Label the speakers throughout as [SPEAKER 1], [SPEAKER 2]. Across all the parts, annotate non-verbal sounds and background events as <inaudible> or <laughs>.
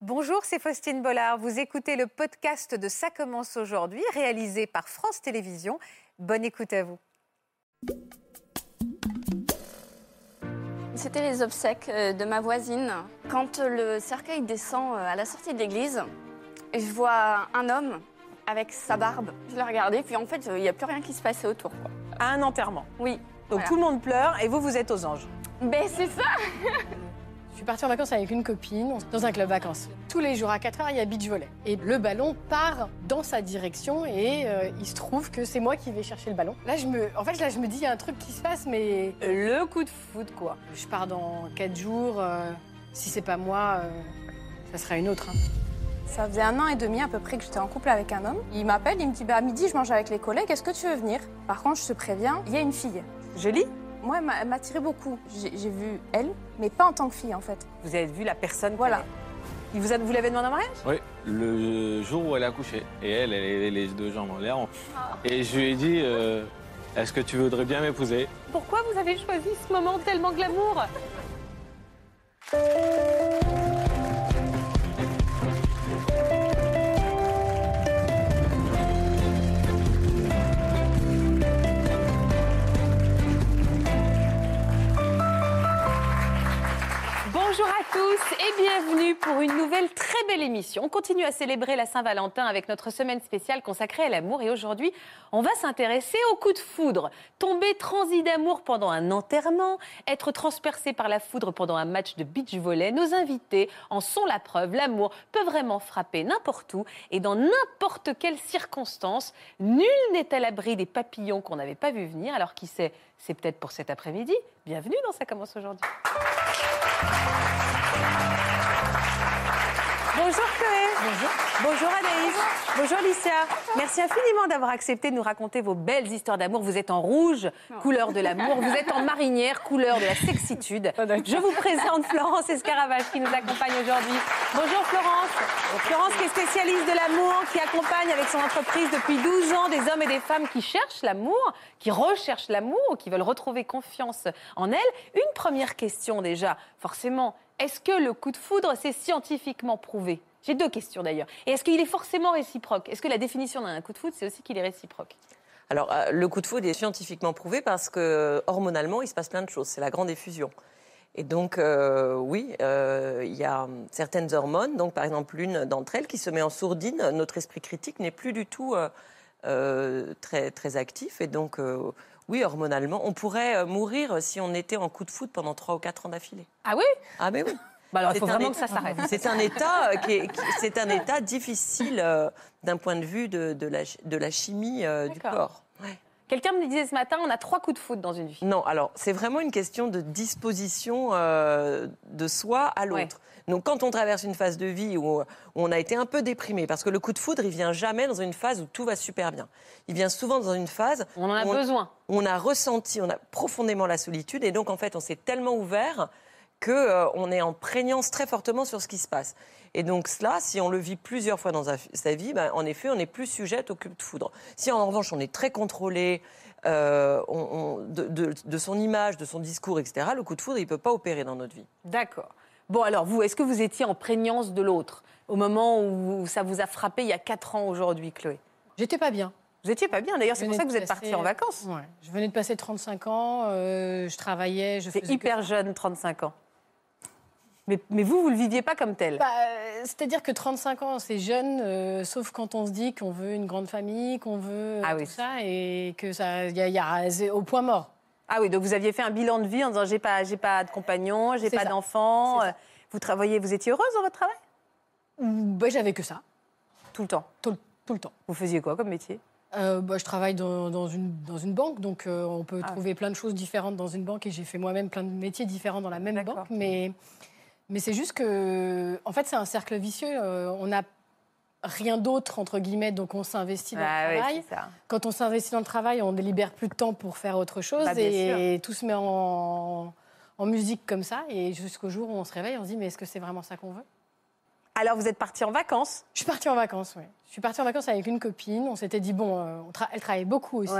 [SPEAKER 1] Bonjour, c'est Faustine Bollard. Vous écoutez le podcast de Ça commence aujourd'hui, réalisé par France Télévisions. Bonne écoute à vous.
[SPEAKER 2] C'était les obsèques euh, de ma voisine. Quand euh, le cercueil descend euh, à la sortie de l'église, je vois un homme avec sa barbe. Je l'ai regardé, puis en fait, euh, il n'y a plus rien qui se passait autour. quoi.
[SPEAKER 3] à un enterrement.
[SPEAKER 2] Oui.
[SPEAKER 3] Donc
[SPEAKER 2] Voilà.
[SPEAKER 3] tout le monde pleure et vous, vous êtes aux anges.
[SPEAKER 2] Ben c'est ça
[SPEAKER 4] Je suis partie en vacances avec une copine dans un club vacances. Tous les jours à 4 heures, il y a beach volley. Et le ballon part dans sa direction et euh, il se trouve que c'est moi qui vais chercher le ballon. Là, je me, en fait, là, je me dis, il y a un truc qui se passe, mais
[SPEAKER 3] Euh, Le coup de foudre, quoi.
[SPEAKER 4] je pars dans 4 jours. euh, si c'est pas moi, euh, ça sera une autre. hein.
[SPEAKER 5] Ça faisait un an et demi à peu près que j'étais en couple avec un homme. Il m'appelle, il me dit bah, à midi, je mange avec les collègues, est-ce que tu veux venir Par contre, je te préviens, il y a une fille.
[SPEAKER 3] Joli.
[SPEAKER 5] Moi, elle m'a- elle m'attirait beaucoup. J'ai j'ai vu elle, mais pas en tant que fille en fait.
[SPEAKER 3] Vous avez vu la personne.
[SPEAKER 5] Voilà.
[SPEAKER 3] qu'elle est. Il vous, a- vous l'avez demandé en mariage
[SPEAKER 6] Oui, le jour où elle a couché. Et elle, elle est les deux jambes en l'air.
[SPEAKER 1] Ah.
[SPEAKER 6] Et je lui ai dit, euh, est-ce que tu voudrais bien m'épouser
[SPEAKER 7] Pourquoi vous avez choisi ce moment tellement glamour Bonjour à tous et bienvenue pour une nouvelle très belle émission. On continue à célébrer la Saint-Valentin avec notre semaine spéciale consacrée à l'amour et aujourd'hui, on va s'intéresser au coup de foudre. Tomber transi d'amour pendant un enterrement, être transpercé par la foudre pendant un match de beach volley, nos invités en sont la preuve. L'amour peut vraiment frapper n'importe où et dans n'importe quelle circonstance. Nul n'est à l'abri des papillons qu'on n'avait pas vu venir. Alors qui sait, c'est peut-être pour cet après-midi. Bienvenue dans Ça commence aujourd'hui.
[SPEAKER 1] Bonjour Chloé. Bonjour. Bonjour Anaïs. Bonjour Licia. Merci infiniment d'avoir accepté de nous raconter vos belles histoires d'amour. Vous êtes en rouge, couleur de l'amour. Vous êtes en marinière, couleur de la sexitude. Je vous présente Florence Escaravage qui nous accompagne aujourd'hui. Bonjour Florence. Florence qui est spécialiste de l'amour, qui accompagne avec son entreprise depuis 12 ans des hommes et des femmes qui cherchent l'amour, qui recherchent l'amour ou qui veulent retrouver confiance en elles. Une première question déjà, forcément. Est-ce que le coup de foudre, c'est scientifiquement prouvé J'ai deux questions d'ailleurs. Et est-ce qu'il est forcément réciproque Est-ce que la définition d'un coup de foudre, c'est aussi qu'il est réciproque
[SPEAKER 8] Alors, euh, le coup de foudre est scientifiquement prouvé parce que euh, hormonalement, il se passe plein de choses. C'est la grande effusion. Et donc, euh, oui, euh, il y a hum, certaines hormones. Donc, par exemple, l'une d'entre elles qui se met en sourdine, notre esprit critique n'est plus du tout euh, euh, très, très actif. Et donc, euh, oui, hormonalement, on pourrait euh, mourir si on était en coup de foudre pendant 3 ou 4 ans d'affilée.
[SPEAKER 1] Ah oui
[SPEAKER 8] Ah, mais oui.
[SPEAKER 1] bah Alors, il
[SPEAKER 8] C'est
[SPEAKER 1] faut
[SPEAKER 8] un
[SPEAKER 1] vraiment
[SPEAKER 8] é-
[SPEAKER 1] que ça s'arrête.
[SPEAKER 8] C'est un état, euh, qui est- qui- c'est un état difficile euh, d'un point de vue de, de la, chi- de la chimie euh, du
[SPEAKER 1] D'accord.
[SPEAKER 8] corps. Ouais.
[SPEAKER 1] Quelqu'un me disait ce matin, on a trois coups de foudre dans une vie.
[SPEAKER 8] Non, alors c'est vraiment une question de disposition euh, de soi à l'autre. Donc quand on traverse une phase de vie où, où on a été un peu déprimé, parce que le coup de foudre, il vient jamais dans une phase où tout va super bien. Il vient souvent dans une phase
[SPEAKER 1] On en a
[SPEAKER 8] On-
[SPEAKER 1] besoin.
[SPEAKER 8] où on a ressenti, on a profondément la solitude, et donc en fait on s'est tellement ouvert que euh, on est en prégnance très fortement sur ce qui se passe. Et donc cela, si on le vit plusieurs fois dans sa- sa vie, ben, en effet, on est plus sujette au cube de foudre. Si en revanche on est très contrôlé euh, on- on- de, de- de son image, de son discours, etc., le coup de foudre, il ne peut pas opérer dans notre vie.
[SPEAKER 1] D'accord. Bon, alors vous, est-ce que vous étiez en prégnance de l'autre au moment où ça vous a frappé il y a quatre ans aujourd'hui, Chloé
[SPEAKER 4] J'étais pas bien.
[SPEAKER 1] Vous étiez pas bien d'ailleurs, c'est
[SPEAKER 4] Je
[SPEAKER 1] pour ça que vous
[SPEAKER 4] venais
[SPEAKER 1] êtes
[SPEAKER 4] de passer-
[SPEAKER 1] parti en vacances.
[SPEAKER 4] Ouais. Je venais de passer 35 ans, euh, je travaillais, je
[SPEAKER 1] C'est
[SPEAKER 4] faisais. que
[SPEAKER 1] hyper jeune, 35 ans. Mais, mais vous, vous le viviez pas comme tel.
[SPEAKER 4] Bah, euh, C'est-à-dire que 35 ans, c'est jeune, euh, sauf quand on se dit qu'on veut une grande famille, qu'on veut euh,
[SPEAKER 1] Ah
[SPEAKER 4] tout
[SPEAKER 1] oui.
[SPEAKER 4] ça, et que ça, y a, y a- c'est au point mort.
[SPEAKER 1] Ah oui, donc vous aviez fait un bilan de vie en disant j'ai pas, j'ai pas de compagnon, j'ai
[SPEAKER 4] C'est
[SPEAKER 1] pas
[SPEAKER 4] ça.
[SPEAKER 1] d'enfant.
[SPEAKER 4] C'est ça.
[SPEAKER 1] euh, Vous travaillez, vous étiez heureuse dans votre travail
[SPEAKER 4] Ou, Bah, J'avais que ça,
[SPEAKER 1] Tout le temps.
[SPEAKER 4] tout, le- tout le temps.
[SPEAKER 1] Vous faisiez quoi comme métier
[SPEAKER 4] Euh, bah, je travaille dans, dans une, dans une banque, donc euh, on peut
[SPEAKER 1] Ah.
[SPEAKER 4] trouver plein de choses différentes dans une banque, et j'ai fait moi-même plein de métiers différents dans la même
[SPEAKER 1] D'accord.
[SPEAKER 4] banque, mais, mais c'est juste que, en fait, c'est un cercle vicieux. euh, on n'a rien d'autre, entre guillemets, donc on s'investit dans le
[SPEAKER 3] Ah
[SPEAKER 1] Bah ouais,
[SPEAKER 4] travail.
[SPEAKER 1] c'est ça.
[SPEAKER 4] quand on s'investit dans le travail, on ne libère plus de temps pour faire autre chose
[SPEAKER 1] Bah, bien
[SPEAKER 4] et tout se met en, en musique comme ça. Et jusqu'au jour où on se réveille, on se dit mais est-ce que c'est vraiment ça qu'on veut
[SPEAKER 1] Alors vous êtes parti en vacances
[SPEAKER 4] Je suis partie en vacances, oui. Je suis partie en vacances avec une copine. On s'était dit bon, euh, on tra- elle travaillait beaucoup aussi,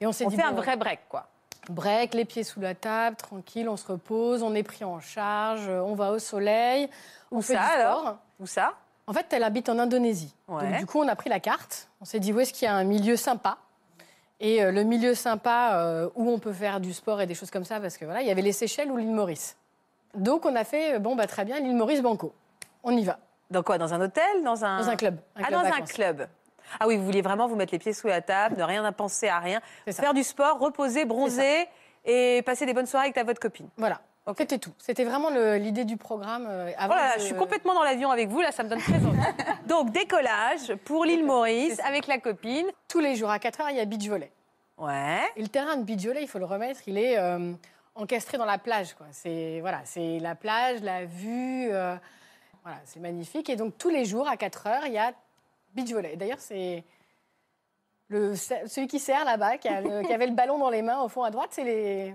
[SPEAKER 4] et on s'est
[SPEAKER 1] On
[SPEAKER 4] dit
[SPEAKER 1] fait un
[SPEAKER 4] bon,
[SPEAKER 1] vrai break, quoi.
[SPEAKER 4] break, les pieds sous la table, tranquille, on se repose, on est pris en charge, euh, on va au soleil, on fait
[SPEAKER 3] ça,
[SPEAKER 4] du sport.
[SPEAKER 3] alors Où ça
[SPEAKER 4] En fait, elle habite en Indonésie.
[SPEAKER 3] Ouais.
[SPEAKER 4] Donc, du coup, on a pris la carte. On s'est dit où est-ce qu'il y a un milieu sympa. Et euh, le milieu sympa euh, où on peut faire du sport et des choses comme ça, parce que voilà, il y avait les Seychelles ou l'île Maurice. Donc, on a fait euh, bon, bah très bien, l'île Maurice Banco. On y va.
[SPEAKER 3] Dans quoi Dans un hôtel Dans un.
[SPEAKER 4] Dans un club.
[SPEAKER 3] Ah, dans un
[SPEAKER 4] vacances.
[SPEAKER 3] club. Ah oui, vous vouliez vraiment vous mettre les pieds sous la table, ne rien à penser à rien,
[SPEAKER 4] C'est ça.
[SPEAKER 3] faire du sport, reposer, bronzer et passer des bonnes soirées avec ta votre copine.
[SPEAKER 4] Voilà. C'était tout. C'était vraiment le- l'idée du programme. euh,
[SPEAKER 3] Oh
[SPEAKER 4] avant
[SPEAKER 3] là là,
[SPEAKER 4] de-
[SPEAKER 3] je suis complètement dans l'avion avec vous, là, ça me donne
[SPEAKER 4] <laughs>
[SPEAKER 3] très envie. Donc, décollage pour l'île Maurice avec la copine.
[SPEAKER 4] Tous les jours à 4 heures, il y a beach volley.
[SPEAKER 3] Ouais.
[SPEAKER 4] Et le terrain de beach volley, il faut le remettre, il est euh, encastré dans la plage. quoi. C'est voilà, c'est la plage, la vue, euh, voilà, c'est magnifique. Et donc tous les jours à 4 heures, il y a beach volley. D'ailleurs, c'est le celui qui sert là-bas, qui, a le- qui avait le ballon dans les mains au fond à droite, c'est les,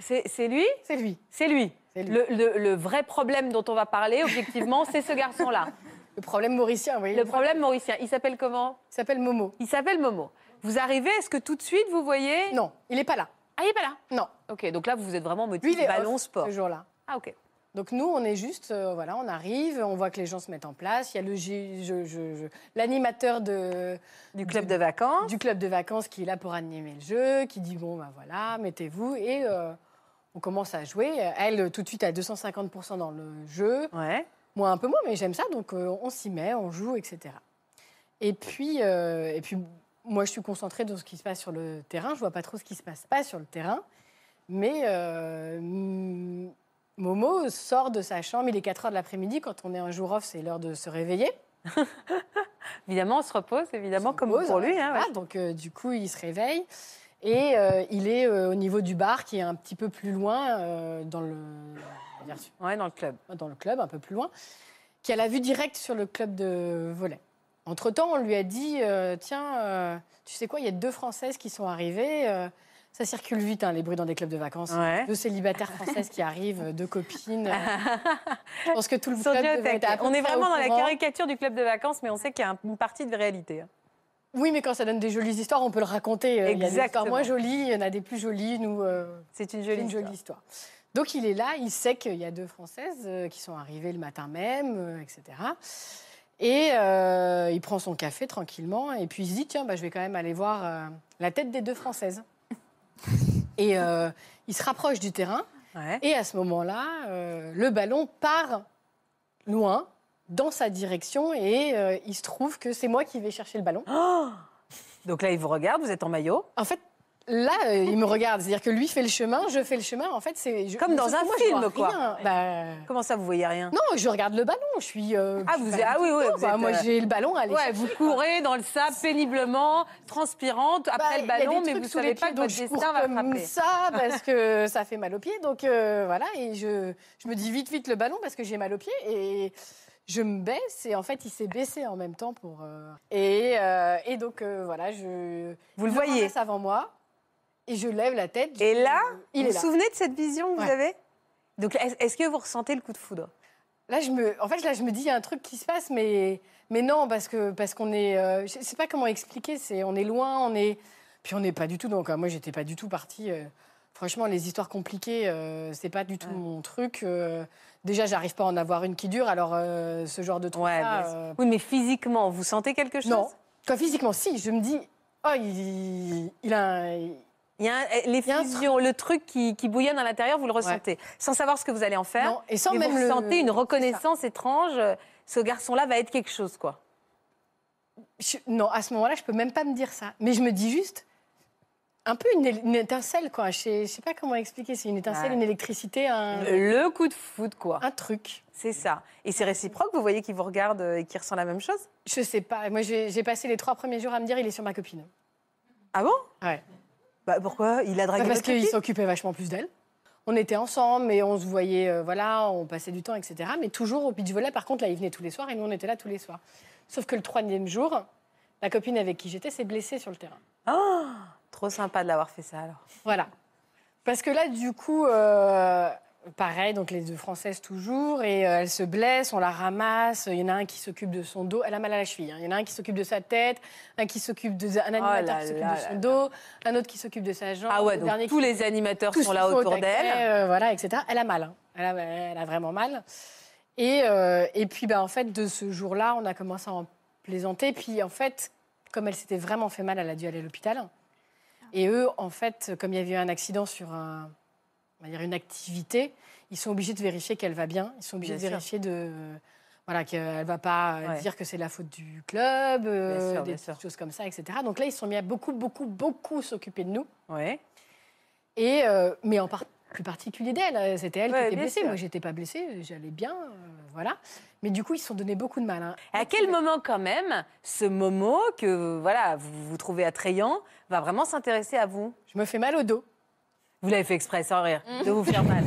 [SPEAKER 1] C'est c'est lui
[SPEAKER 4] c'est lui.
[SPEAKER 1] C'est lui.
[SPEAKER 4] C'est lui.
[SPEAKER 1] Le, le- le vrai problème dont on va parler, objectivement, c'est
[SPEAKER 4] <laughs>
[SPEAKER 1] ce garçon-là.
[SPEAKER 4] Le problème mauricien, vous voyez.
[SPEAKER 1] Le problème mauricien. Il s'appelle comment
[SPEAKER 4] Il s'appelle Momo.
[SPEAKER 1] Il s'appelle Momo. Vous arrivez, est-ce que tout de suite vous voyez
[SPEAKER 4] Non, il est pas là.
[SPEAKER 1] Ah, il est pas là.
[SPEAKER 4] Non,
[SPEAKER 1] Ok, donc là vous êtes vraiment
[SPEAKER 4] lui
[SPEAKER 1] motivé
[SPEAKER 4] il est
[SPEAKER 1] ballon
[SPEAKER 4] off
[SPEAKER 1] sport.
[SPEAKER 4] ce jour-là.
[SPEAKER 1] Ah, ok.
[SPEAKER 4] Donc nous, on est juste, euh, voilà, on arrive, on voit que les gens se mettent en place. Il y a le G- je- je- je- l'animateur de
[SPEAKER 3] Du club de vacances.
[SPEAKER 4] du club de vacances qui est là pour animer le jeu, qui dit bon ben voilà, mettez-vous et euh, on commence à jouer. Elle tout de suite à 250% dans le jeu.
[SPEAKER 3] Ouais.
[SPEAKER 4] Moi un peu moins, mais j'aime ça, donc euh, on s'y met, on joue, etc. Et puis euh, et puis moi je suis concentrée dans ce qui se passe sur le terrain. Je vois pas trop ce qui se passe pas sur le terrain, mais euh, mm, Momo sort de sa chambre, il est 4 heures de l'après-midi, quand on est un jour off, c'est l'heure de se réveiller.
[SPEAKER 1] Évidemment, on se repose, évidemment, comme
[SPEAKER 4] Pause,
[SPEAKER 1] pour
[SPEAKER 4] hein,
[SPEAKER 1] lui. hein,
[SPEAKER 4] voilà. Donc euh, du coup, il se réveille et euh, il est euh, au niveau du bar qui est un petit peu plus loin euh, dans le on va dire,
[SPEAKER 1] ouais. Ouais, dans le club.
[SPEAKER 4] dans le club, un peu plus loin, qui a la vue directe sur le club de volet. Entre temps, on lui a dit euh, tiens, euh, tu sais quoi, il y a deux Françaises qui sont arrivées. euh, ça circule vite, hein, les bruits dans des clubs de vacances.
[SPEAKER 3] Ouais.
[SPEAKER 4] Deux célibataires françaises qui arrivent, euh, deux copines.
[SPEAKER 1] <laughs>
[SPEAKER 4] euh. je pense que tout le
[SPEAKER 3] Ils sont
[SPEAKER 4] club
[SPEAKER 3] déjà au
[SPEAKER 4] devait être
[SPEAKER 3] taquet.
[SPEAKER 4] à peu
[SPEAKER 3] On est
[SPEAKER 4] près
[SPEAKER 3] vraiment
[SPEAKER 4] au
[SPEAKER 3] dans la
[SPEAKER 4] courant.
[SPEAKER 3] caricature du club de vacances, mais on sait qu'il y a un- une partie de réalité. hein.
[SPEAKER 4] Oui, mais quand ça donne des jolies histoires, on peut le raconter. Euh, Il y a des histoires
[SPEAKER 3] Exactement.
[SPEAKER 4] moins jolies, il y en a des plus jolies. Nous, euh,
[SPEAKER 3] C'est une
[SPEAKER 4] c'est
[SPEAKER 3] jolie.
[SPEAKER 4] une
[SPEAKER 3] histoire.
[SPEAKER 4] jolie histoire. Donc il est là, il sait qu'il y a deux Françaises euh, qui sont arrivées le matin même, euh, etc. Et euh, il prend son café tranquillement et puis il se dit tiens, bah, je vais quand même aller voir euh, la tête des deux
[SPEAKER 3] <laughs>
[SPEAKER 4] Françaises. et euh, il se rapproche du terrain
[SPEAKER 3] Ouais.
[SPEAKER 4] et à ce moment-là, euh, le ballon part loin dans sa direction et euh, il se trouve que c'est moi qui vais chercher le ballon.
[SPEAKER 3] Donc là, il vous regarde, vous êtes en maillot.
[SPEAKER 4] En fait, là, euh, il me regarde. C'est-à-dire que lui fait le chemin, je fais le chemin. En fait, c'est. je-
[SPEAKER 3] Comme dans
[SPEAKER 4] sauf
[SPEAKER 3] un
[SPEAKER 4] que moi, je
[SPEAKER 3] film,
[SPEAKER 4] vois
[SPEAKER 3] quoi.
[SPEAKER 4] rien. Bah,
[SPEAKER 3] Comment ça, vous voyez rien
[SPEAKER 4] Non, je regarde le ballon. Je suis. euh,
[SPEAKER 3] Ah,
[SPEAKER 4] je suis
[SPEAKER 3] vous-
[SPEAKER 4] pas
[SPEAKER 3] ah oui, oui,
[SPEAKER 4] dedans,
[SPEAKER 3] vous
[SPEAKER 4] bah,
[SPEAKER 3] êtes,
[SPEAKER 4] moi,
[SPEAKER 3] euh,
[SPEAKER 4] j'ai le ballon. Allez,
[SPEAKER 1] Ouais, vous courez dans le sable péniblement, transpirante,
[SPEAKER 4] Bah,
[SPEAKER 1] après le
[SPEAKER 4] il y a des
[SPEAKER 1] ballon, mais
[SPEAKER 4] trucs
[SPEAKER 1] vous ne
[SPEAKER 4] sous les
[SPEAKER 1] savez pas
[SPEAKER 4] pieds,
[SPEAKER 1] que
[SPEAKER 4] donc
[SPEAKER 1] votre
[SPEAKER 4] je
[SPEAKER 1] destin
[SPEAKER 4] cours
[SPEAKER 1] va
[SPEAKER 4] comme
[SPEAKER 1] frapper.
[SPEAKER 4] ça parce que ça fait mal aux pieds. Donc euh, voilà, et je, je me dis vite, vite le ballon parce que j'ai mal aux pieds et je me baisse et en fait il s'est baissé en même temps pour euh, et, euh, et donc euh, voilà je
[SPEAKER 3] Vous le
[SPEAKER 4] je
[SPEAKER 3] voyez.
[SPEAKER 4] ramasse avant moi et je lève la tête. je-
[SPEAKER 3] Et là,
[SPEAKER 4] il
[SPEAKER 3] vous
[SPEAKER 4] est
[SPEAKER 3] vous
[SPEAKER 4] là.
[SPEAKER 3] souvenez de cette vision que vous
[SPEAKER 4] Ouais.
[SPEAKER 3] avez Donc, est- est-ce que vous ressentez le coup de foudre
[SPEAKER 4] Là, je me, en fait, là, je me dis, il y a un truc qui se passe, mais, mais non, parce que parce qu'on est, euh, je sais pas comment expliquer, c'est, on est loin, on est, puis on n'est pas du tout. Donc, euh, moi, j'étais pas du tout partie. euh, franchement, les histoires compliquées, euh, c'est pas du tout mon truc. euh, déjà, j'arrive pas à en avoir une qui dure. Alors, euh, ce genre de truc.
[SPEAKER 3] Ouais, bien sûr.
[SPEAKER 4] euh.
[SPEAKER 3] Oui, mais physiquement, vous sentez quelque chose
[SPEAKER 4] non. Quand physiquement, si, je me dis, oh, il, il a, un-
[SPEAKER 3] Il y a un-
[SPEAKER 4] y a un
[SPEAKER 3] l'effusion, le truc qui, qui bouillonne à l'intérieur, vous le ressentez, sans savoir ce que vous allez en faire.
[SPEAKER 4] non, et sans
[SPEAKER 3] mais
[SPEAKER 4] même
[SPEAKER 3] vous
[SPEAKER 4] le-
[SPEAKER 3] ressentez une
[SPEAKER 4] c'est ça.
[SPEAKER 3] reconnaissance étrange. euh, Ce garçon-là va être quelque chose, quoi.
[SPEAKER 4] Je- non, à ce moment-là, je peux même pas me dire ça. Mais je me dis juste un peu une, éle- une étincelle, quoi. Je sais, je sais pas comment expliquer. C'est une étincelle,
[SPEAKER 3] Ouais.
[SPEAKER 4] une électricité, un,
[SPEAKER 3] Le coup de foudre, quoi.
[SPEAKER 4] un truc.
[SPEAKER 3] C'est ça. Et c'est réciproque, vous voyez qu'il vous regarde euh, et qu'il ressent la même chose
[SPEAKER 4] Je sais pas. Moi, j'ai j'ai passé les trois premiers jours à me dire il est sur ma copine.
[SPEAKER 3] Ah bon
[SPEAKER 4] Ouais.
[SPEAKER 3] Bah pourquoi Il a dragué
[SPEAKER 4] Parce
[SPEAKER 3] votre copine
[SPEAKER 4] qu'il s'occupait vachement plus d'elle. On était ensemble, mais on se voyait, euh, voilà, on passait du temps, etc. Mais toujours au beach volley. Par contre, là, il venait tous les soirs et nous, on était là tous les soirs. Sauf que le troisième jour, la copine avec qui j'étais s'est blessée sur le terrain.
[SPEAKER 3] Ah Trop sympa de l'avoir fait ça, alors.
[SPEAKER 4] Voilà. Parce que là, du coup, euh, Pareil, donc les deux Françaises toujours, et euh, elle se blesse, on la ramasse, il y en a un qui s'occupe de son dos, elle a mal à la cheville, hein. il y en a un qui s'occupe de sa tête, un qui s'occupe de... un animateur
[SPEAKER 1] Oh là
[SPEAKER 4] qui s'occupe
[SPEAKER 1] là
[SPEAKER 4] de son dos, un autre qui s'occupe de sa jambe,
[SPEAKER 1] Ah ouais,
[SPEAKER 4] le
[SPEAKER 1] donc
[SPEAKER 4] dernier
[SPEAKER 1] tous
[SPEAKER 4] qui-
[SPEAKER 1] les animateurs
[SPEAKER 4] tous
[SPEAKER 1] sont là
[SPEAKER 4] qu'il faut au
[SPEAKER 1] autour
[SPEAKER 4] taquet,
[SPEAKER 1] d'elle.
[SPEAKER 4] euh, voilà, etc. Elle a mal, hein. elle, a, elle a vraiment mal. Et, euh, et puis, bah, en fait, de ce jour-là, on a commencé à en plaisanter. Puis, en fait, comme elle s'était vraiment fait mal, elle a dû aller à l'hôpital. Et eux, en fait, comme il y avait eu un accident sur un- on va dire une activité, ils sont obligés de vérifier qu'elle va bien. Ils sont obligés
[SPEAKER 1] Bien
[SPEAKER 4] de vérifier de, voilà, qu'elle ne va pas euh,
[SPEAKER 1] Ouais.
[SPEAKER 4] dire que c'est la faute du club, euh,
[SPEAKER 1] sûr,
[SPEAKER 4] des
[SPEAKER 1] bien
[SPEAKER 4] petites
[SPEAKER 1] sûr.
[SPEAKER 4] choses comme ça, etc. Donc là, ils se sont mis à beaucoup, beaucoup, beaucoup s'occuper de nous.
[SPEAKER 1] Ouais.
[SPEAKER 4] Et euh, mais en par- plus particulier d'elle, euh, c'était elle
[SPEAKER 1] Ouais,
[SPEAKER 4] qui était
[SPEAKER 1] bien
[SPEAKER 4] blessée.
[SPEAKER 1] sûr.
[SPEAKER 4] Moi, j'étais pas blessée, j'allais bien, euh, voilà. Mais du coup, ils se sont donné beaucoup de mal. hein.
[SPEAKER 1] À quel moment quand même ce Momo que voilà vous vous trouvez attrayant va vraiment s'intéresser à vous
[SPEAKER 4] Je me fais mal au dos.
[SPEAKER 1] Vous l'avez fait exprès sans rire
[SPEAKER 4] Mm.
[SPEAKER 1] de vous
[SPEAKER 4] <laughs>
[SPEAKER 1] faire mal.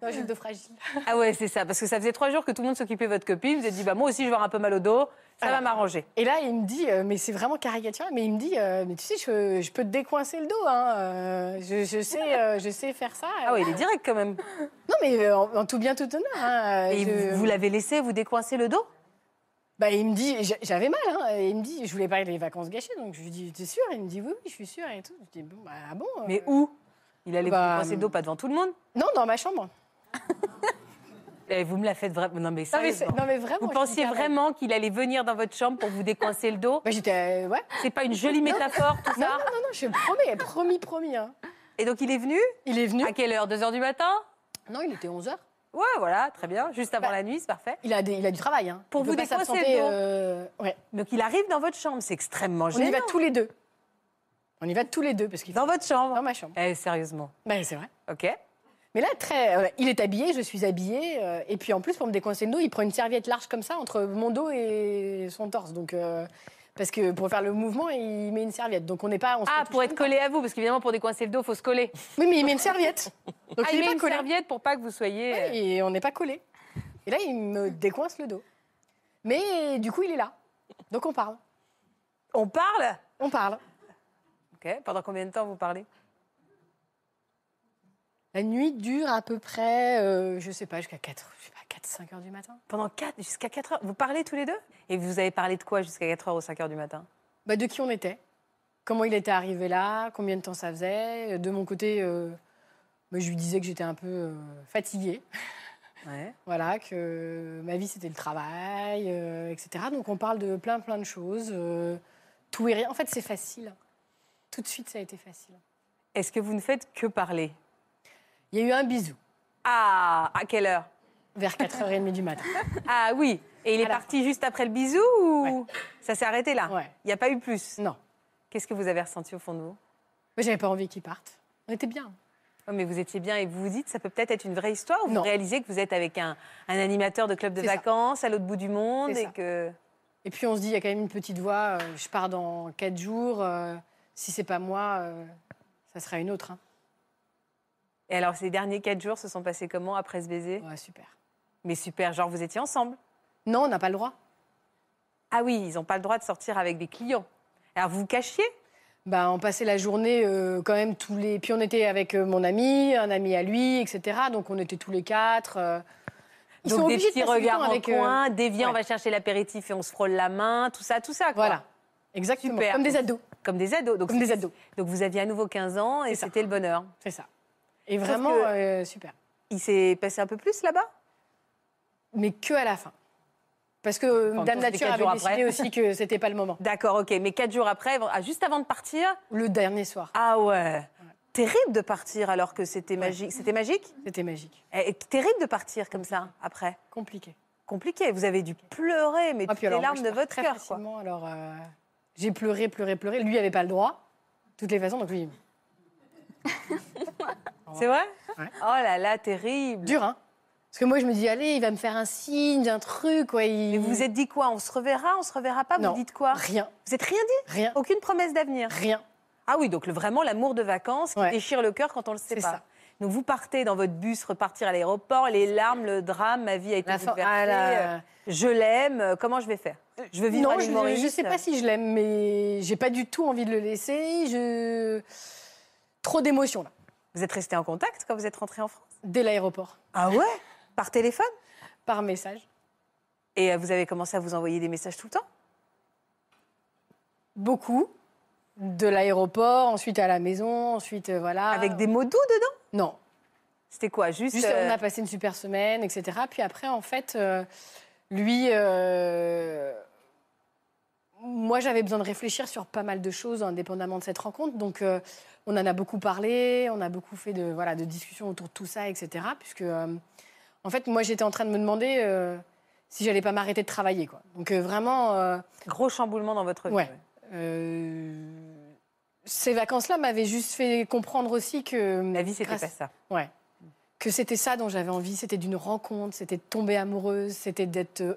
[SPEAKER 4] Non, j'ai le dos fragile.
[SPEAKER 1] Ah ouais c'est ça parce que ça faisait trois jours que tout le monde s'occupait de votre copine. Vous avez dit bah moi aussi je vais avoir un peu mal au dos. Ça va
[SPEAKER 4] Alors.
[SPEAKER 1] m'arranger.
[SPEAKER 4] Et là, il me dit, euh, mais c'est vraiment caricatural. Mais il me dit, euh, mais tu sais, je, je peux te décoincer le dos. hein, euh, je, je sais, euh, je sais faire ça.
[SPEAKER 1] Ah ouais il est direct quand même.
[SPEAKER 4] Non, mais euh, en, en tout bien, tout honneur. hein,
[SPEAKER 1] Et
[SPEAKER 4] je-
[SPEAKER 1] vous, vous l'avez laissé vous décoincer le dos
[SPEAKER 4] Bah, il me dit, j'a- j'avais mal, hein, et il me dit, je voulais pas aller les vacances gâchées, donc je lui dis, t'es sûr Il me dit, oui, oui, je suis sûr et tout. Je dis, bon, bah, ah bon euh,
[SPEAKER 1] Mais où Il allait
[SPEAKER 4] Bah,
[SPEAKER 1] vous décoincer le dos pas devant tout le monde.
[SPEAKER 4] Non, dans ma chambre.
[SPEAKER 1] Et vous me la faites vraiment. Non mais
[SPEAKER 4] Non, mais, c'est-
[SPEAKER 1] sérieusement.
[SPEAKER 4] non, mais vraiment.
[SPEAKER 1] Vous
[SPEAKER 4] je me ah,
[SPEAKER 1] pensiez
[SPEAKER 4] permets.
[SPEAKER 1] vraiment qu'il allait venir dans votre chambre pour vous décoincer le dos
[SPEAKER 4] Bah, j'étais. euh, ouais.
[SPEAKER 1] C'est pas
[SPEAKER 4] <laughs>
[SPEAKER 1] une jolie métaphore tout
[SPEAKER 4] Non, non,
[SPEAKER 1] Ah, ça
[SPEAKER 4] non, non, je promets, promis, promis. hein.
[SPEAKER 1] Et donc il est venu
[SPEAKER 4] Il est venu.
[SPEAKER 1] À quelle heure 2h du matin
[SPEAKER 4] Ah, Non, il était 11h.
[SPEAKER 1] Ouais, voilà, très bien. Juste avant
[SPEAKER 4] Bah-
[SPEAKER 1] la nuit, c'est parfait.
[SPEAKER 4] Il a, des- il a du travail. Hein.
[SPEAKER 1] Pour
[SPEAKER 4] Il
[SPEAKER 1] vous
[SPEAKER 4] peut pas
[SPEAKER 1] décoincer
[SPEAKER 4] s'absenter,
[SPEAKER 1] le dos.
[SPEAKER 4] euh, ouais.
[SPEAKER 1] Donc il arrive dans votre chambre, c'est extrêmement
[SPEAKER 4] On y
[SPEAKER 1] gênant.
[SPEAKER 4] va tous les deux. On y va tous les deux, parce qu'il
[SPEAKER 1] Dans votre chambre.
[SPEAKER 4] dans ma chambre.
[SPEAKER 1] Eh, sérieusement.
[SPEAKER 4] Bah, c'est vrai.
[SPEAKER 1] Ok.
[SPEAKER 4] Mais là, très, euh, il est habillé, je suis habillée. euh, et puis en plus, pour me décoincer le dos, il prend une serviette large comme ça entre mon dos et son torse. Donc, euh, parce que pour faire le mouvement, il met une serviette. Donc on n'est pas. On se
[SPEAKER 1] Ah,
[SPEAKER 4] touche
[SPEAKER 1] pour
[SPEAKER 4] même
[SPEAKER 1] être
[SPEAKER 4] pas.
[SPEAKER 1] collé à vous, parce qu'évidemment, pour décoincer le dos, faut se coller.
[SPEAKER 4] Oui, mais il met une
[SPEAKER 1] <laughs>
[SPEAKER 4] serviette. Donc
[SPEAKER 1] ah,
[SPEAKER 4] il
[SPEAKER 1] il
[SPEAKER 4] n'est
[SPEAKER 1] met
[SPEAKER 4] pas
[SPEAKER 1] une
[SPEAKER 4] collé.
[SPEAKER 1] serviette pour pas que vous soyez... euh,
[SPEAKER 4] Ouais, et on n'est pas collés. Et là, il me décoince le dos. Mais du coup, il est là. Donc on parle.
[SPEAKER 1] On parle
[SPEAKER 4] On parle.
[SPEAKER 1] Ok. Pendant combien de temps vous parlez
[SPEAKER 4] La nuit dure à peu près, euh, je sais pas, jusqu'à 4, je sais pas, 4, 5 heures du matin.
[SPEAKER 1] Pendant 4, jusqu'à 4 heures. Vous parlez tous les deux Et vous avez parlé de quoi jusqu'à 4 heures ou 5 heures du matin
[SPEAKER 4] Bah, de qui on était Comment il était arrivé là Combien de temps ça faisait De mon côté, euh, bah, je lui disais que j'étais un peu euh, fatiguée.
[SPEAKER 1] Ouais.
[SPEAKER 4] Voilà, que euh, ma vie c'était le travail, euh, etc. Donc on parle de plein plein de choses. euh, tout et rien. En fait, c'est facile. Tout de suite, ça a été facile.
[SPEAKER 1] Est-ce que vous ne faites que parler
[SPEAKER 4] Il y a eu un bisou
[SPEAKER 1] Ah, à quelle heure
[SPEAKER 4] vers 4h30 du matin.
[SPEAKER 1] Ah oui. Et il est
[SPEAKER 4] À la
[SPEAKER 1] parti juste après le bisou ou... Ça s'est arrêté là
[SPEAKER 4] Ouais.
[SPEAKER 1] Il n'y a pas eu plus
[SPEAKER 4] Non.
[SPEAKER 1] Qu'est-ce que vous avez ressenti au fond de vous
[SPEAKER 4] Mais j'avais pas envie qu'il parte. On était bien.
[SPEAKER 1] Oh, mais vous étiez bien et vous vous dites, ça peut peut-être être une vraie histoire. ou Vous
[SPEAKER 4] Non.
[SPEAKER 1] réalisez que vous êtes avec un, un animateur de club de
[SPEAKER 4] C'est ça.
[SPEAKER 1] vacances à l'autre bout du monde
[SPEAKER 4] C'est
[SPEAKER 1] et
[SPEAKER 4] ça.
[SPEAKER 1] que.
[SPEAKER 4] Et puis on se dit, il y a quand même une petite voix, euh, je pars dans quatre jours, euh, si c'est pas moi, euh, ça sera une autre. hein.
[SPEAKER 1] Et alors, ces derniers quatre jours se sont passés comment après ce baiser
[SPEAKER 4] Ouais, super.
[SPEAKER 1] Mais super, genre vous étiez ensemble.
[SPEAKER 4] Non, on n'a pas le droit.
[SPEAKER 1] Ah oui, ils n'ont pas le droit de sortir avec des clients. Alors vous vous cachiez
[SPEAKER 4] Bah, on passait la journée euh, quand même tous les... Puis on était avec euh, mon ami, un ami à lui, etc. Donc on était tous les quatre. euh. Ils
[SPEAKER 1] Donc
[SPEAKER 4] sont
[SPEAKER 1] des
[SPEAKER 4] obligés de
[SPEAKER 1] petits
[SPEAKER 4] passer du
[SPEAKER 1] regards
[SPEAKER 4] temps
[SPEAKER 1] en
[SPEAKER 4] avec, euh,
[SPEAKER 1] coin, des viens, on
[SPEAKER 4] ouais.
[SPEAKER 1] va chercher l'apéritif et on se frôle la main, tout ça, tout ça. quoi.
[SPEAKER 4] Voilà, exactement.
[SPEAKER 1] Super.
[SPEAKER 4] Comme des ados,
[SPEAKER 1] Comme des ados. Donc,
[SPEAKER 4] comme des
[SPEAKER 1] c'était-
[SPEAKER 4] ados,
[SPEAKER 1] Donc vous aviez à nouveau 15 ans et
[SPEAKER 4] C'est ça.
[SPEAKER 1] c'était le bonheur.
[SPEAKER 4] c'est ça. Et
[SPEAKER 1] Sauf
[SPEAKER 4] vraiment,
[SPEAKER 1] que-
[SPEAKER 4] euh, super.
[SPEAKER 1] Il s'est passé un peu plus là-bas
[SPEAKER 4] Mais que à la fin. Parce que euh,
[SPEAKER 1] Enfin,
[SPEAKER 4] Dame
[SPEAKER 1] tous les
[SPEAKER 4] Nature
[SPEAKER 1] quatre
[SPEAKER 4] avait
[SPEAKER 1] jours
[SPEAKER 4] décidé
[SPEAKER 1] après.
[SPEAKER 4] aussi que c'était pas le moment.
[SPEAKER 1] D'accord, ok. Mais quatre jours après, ah, juste avant de partir,
[SPEAKER 4] Le dernier soir,
[SPEAKER 1] Ah ouais. Terrible de partir alors que c'était magique. C'était magique
[SPEAKER 4] c'était magique,
[SPEAKER 1] Eh, eh, Terrible de partir comme ça après.
[SPEAKER 4] compliqué.
[SPEAKER 1] Compliqué. Vous avez dû pleurer, mais
[SPEAKER 4] Ah,
[SPEAKER 1] toutes
[SPEAKER 4] puis
[SPEAKER 1] les
[SPEAKER 4] alors, moi,
[SPEAKER 1] larmes
[SPEAKER 4] je
[SPEAKER 1] de
[SPEAKER 4] pars
[SPEAKER 1] votre
[SPEAKER 4] très
[SPEAKER 1] cœur. quoi.
[SPEAKER 4] facilement, Alors, euh, j'ai pleuré, pleuré, pleuré. Lui avait pas le droit, de toutes les façons. Donc, lui,
[SPEAKER 1] C'est vrai
[SPEAKER 4] Ouais.
[SPEAKER 1] Oh là là, terrible.
[SPEAKER 4] dur, hein. Parce que moi, je me dis, allez, il va me faire un signe, un truc, quoi.
[SPEAKER 1] Mais vous vous êtes dit quoi On se reverra On se reverra pas
[SPEAKER 4] Non.
[SPEAKER 1] Vous dites quoi
[SPEAKER 4] Rien,
[SPEAKER 1] Vous êtes rien dit
[SPEAKER 4] rien,
[SPEAKER 1] Aucune promesse d'avenir.
[SPEAKER 4] rien.
[SPEAKER 1] Ah oui, donc le- vraiment l'amour de vacances qui
[SPEAKER 4] Ouais.
[SPEAKER 1] déchire le cœur quand on le sait
[SPEAKER 4] C'est
[SPEAKER 1] pas.
[SPEAKER 4] ça.
[SPEAKER 1] Donc vous partez dans votre bus, repartir à l'aéroport, les larmes, le drame, ma vie a été
[SPEAKER 4] La fin-
[SPEAKER 1] bouleversée.
[SPEAKER 4] ah, la-
[SPEAKER 1] Je l'aime. euh, Comment je vais faire Je veux euh, vivre euh.
[SPEAKER 4] Non,
[SPEAKER 1] à l'île
[SPEAKER 4] je,
[SPEAKER 1] Maurice.
[SPEAKER 4] je sais pas si je l'aime, mais j'ai pas du tout envie de le laisser. Je... Trop d'émotions, là.
[SPEAKER 1] Vous êtes resté en contact quand vous êtes rentré en France
[SPEAKER 4] Dès l'aéroport,
[SPEAKER 1] Ah ouais Par téléphone
[SPEAKER 4] par message.
[SPEAKER 1] Et euh, vous avez commencé à vous envoyer des messages tout le temps
[SPEAKER 4] Beaucoup. De l'aéroport, ensuite à la maison, ensuite euh, voilà.
[SPEAKER 1] Avec des mots doux dedans
[SPEAKER 4] Non.
[SPEAKER 1] C'était quoi Juste.
[SPEAKER 4] Juste,
[SPEAKER 1] euh,
[SPEAKER 4] on a passé une super semaine, etc. Puis après, en fait, euh, lui. euh, moi, j'avais besoin de réfléchir sur pas mal de choses indépendamment de cette rencontre. Donc, euh, on en a beaucoup parlé, on a beaucoup fait de, voilà, de discussions autour de tout ça, etc. Puisque, euh, en fait, moi, j'étais en train de me demander euh, si j'allais pas m'arrêter de travailler. Quoi. Donc, euh, vraiment. euh,
[SPEAKER 1] Gros chamboulement dans votre vie.
[SPEAKER 4] Ouais. euh, ces vacances-là m'avaient juste fait comprendre aussi que.
[SPEAKER 1] La vie, c'était
[SPEAKER 4] grâce-
[SPEAKER 1] pas ça.
[SPEAKER 4] Ouais. Que c'était ça dont j'avais envie, c'était d'une rencontre, c'était de tomber amoureuse, c'était d'être euh,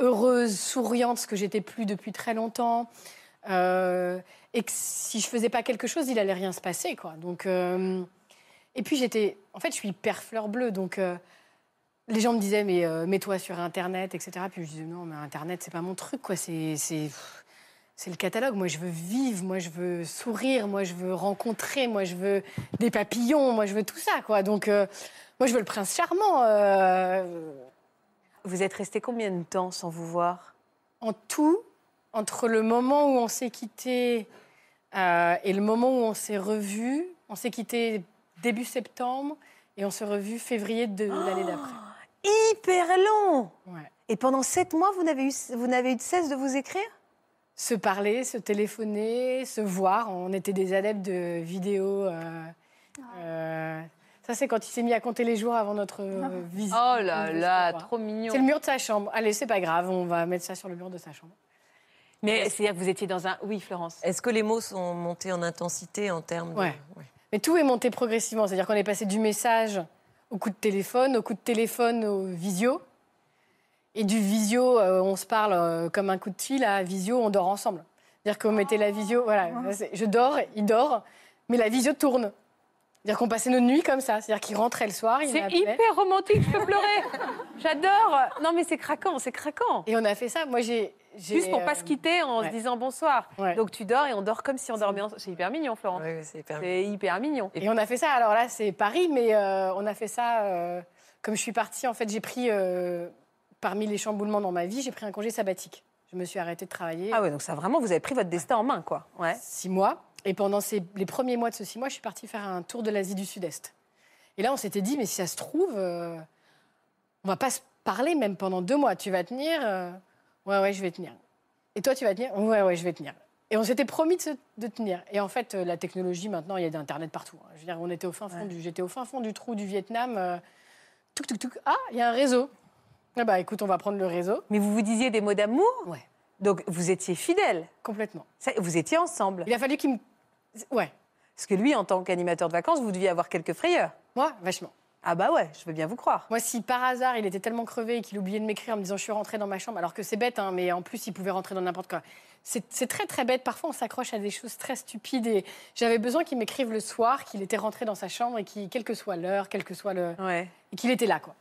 [SPEAKER 4] heureuse, souriante, ce que j'étais plus depuis très longtemps. Euh, et que si je faisais pas quelque chose, il allait rien se passer, quoi. Donc, euh, et puis j'étais, en fait, je suis hyper fleur bleue, donc euh, les gens me disaient mais euh, mets-toi sur Internet, etc. Puis je disais non, mais Internet c'est pas mon truc, quoi. C'est c'est pff, c'est le catalogue. Moi, je veux vivre, moi, je veux sourire, moi, je veux rencontrer, moi, je veux des papillons, moi je veux tout ça, quoi. Donc, euh, moi je veux le prince charmant. euh,
[SPEAKER 1] Vous êtes resté combien de temps sans vous voir
[SPEAKER 4] en tout, entre le moment où on s'est quitté euh, et le moment où on s'est revu, on s'est quitté début septembre et on s'est revu février de l'année d'après.
[SPEAKER 1] Hyper long
[SPEAKER 4] Ouais.
[SPEAKER 1] Et pendant sept mois, vous n'avez eu, vous n'avez eu de cesse de vous écrire
[SPEAKER 4] Se parler, se téléphoner, se voir. On était des adeptes de vidéos. euh, euh, ça, c'est quand il s'est mis à compter les jours avant notre euh, visite.
[SPEAKER 7] Oh là là,
[SPEAKER 4] Voilà.
[SPEAKER 7] trop mignon.
[SPEAKER 4] C'est le mur de sa chambre. Allez, c'est pas grave, on va mettre ça sur le mur de sa chambre.
[SPEAKER 7] Mais c'est-à-dire que vous étiez dans un. Oui, Florence.
[SPEAKER 8] Est-ce que les mots sont montés en intensité en termes de...
[SPEAKER 4] Ouais. Mais tout est monté progressivement. C'est-à-dire qu'on est passé du message au coup de téléphone, au coup de téléphone au visio. Et du visio, euh, on se parle euh, comme un coup de fil, à visio, on dort ensemble. C'est-à-dire qu'on mettait la visio, voilà,
[SPEAKER 7] Ah.
[SPEAKER 4] c'est- je dors, il dort, mais la visio tourne. C'est-à-dire qu'on passait nos nuits comme ça. C'est-à-dire qu'il rentrait le soir, il
[SPEAKER 7] C'est
[SPEAKER 4] m'appelait.
[SPEAKER 7] hyper romantique, je peux pleurer. J'adore. Non, mais c'est craquant, c'est craquant.
[SPEAKER 4] Et on a fait ça. Moi, j'ai. j'ai,
[SPEAKER 7] Juste pour
[SPEAKER 4] euh,
[SPEAKER 7] pas se quitter en
[SPEAKER 4] ouais.
[SPEAKER 7] se disant bonsoir.
[SPEAKER 4] ouais.
[SPEAKER 7] Donc tu dors et on dort comme si on dormait ensemble. C'est hyper mignon, Florence.
[SPEAKER 8] Ouais, ouais, c'est hyper-
[SPEAKER 7] C'est hyper mignon.
[SPEAKER 4] Et on a fait ça, alors là, c'est Paris, mais euh, on a fait ça. euh, comme je suis partie, en fait, j'ai pris, euh, parmi les chamboulements dans ma vie, j'ai pris un congé sabbatique. Je me suis arrêtée de travailler
[SPEAKER 1] Ah ouais, donc ça vraiment, vous avez pris votre destin en main, quoi. Ouais.
[SPEAKER 4] six mois. Et pendant ces- les premiers mois de ce six mois, je suis partie faire un tour de l'Asie du Sud-Est. Et là, on s'était dit, mais si ça se trouve, euh, on va pas se parler même pendant deux mois. Tu vas tenir euh, Ouais, ouais, je vais tenir. Et toi, tu vas tenir Ouais, ouais, je vais tenir. Et on s'était promis de, se- de tenir. Et en fait, euh, la technologie, maintenant, il y a d'Internet partout. hein. Je veux dire, on était au fin fond du, j'étais au fin fond du trou du Vietnam. euh, touc, touc, touc. Ah, il y a un réseau. Ah bah écoute, on va prendre le réseau.
[SPEAKER 1] Mais vous vous disiez des mots d'amour
[SPEAKER 4] Ouais.
[SPEAKER 1] Donc vous étiez fidèles.
[SPEAKER 4] Complètement.
[SPEAKER 1] Ça, Vous étiez ensemble.
[SPEAKER 4] Il a fallu qu'il me... Ouais,
[SPEAKER 1] Parce que lui, en tant qu'animateur de vacances, vous deviez avoir quelques frayeurs.
[SPEAKER 4] moi, vachement.
[SPEAKER 1] Ah bah ouais, je veux bien vous croire.
[SPEAKER 4] Moi, si par hasard il était tellement crevé qu'il oubliait de m'écrire en me disant je suis rentrée dans ma chambre, alors que c'est bête, hein, mais en plus il pouvait rentrer dans n'importe quoi. C'est c'est très très bête. Parfois on s'accroche à des choses très stupides et j'avais besoin qu'il m'écrive le soir qu'il était rentré dans sa chambre et qu'il, quelle que soit l'heure, quel que soit le.
[SPEAKER 1] Ouais.
[SPEAKER 4] et qu'il était là quoi.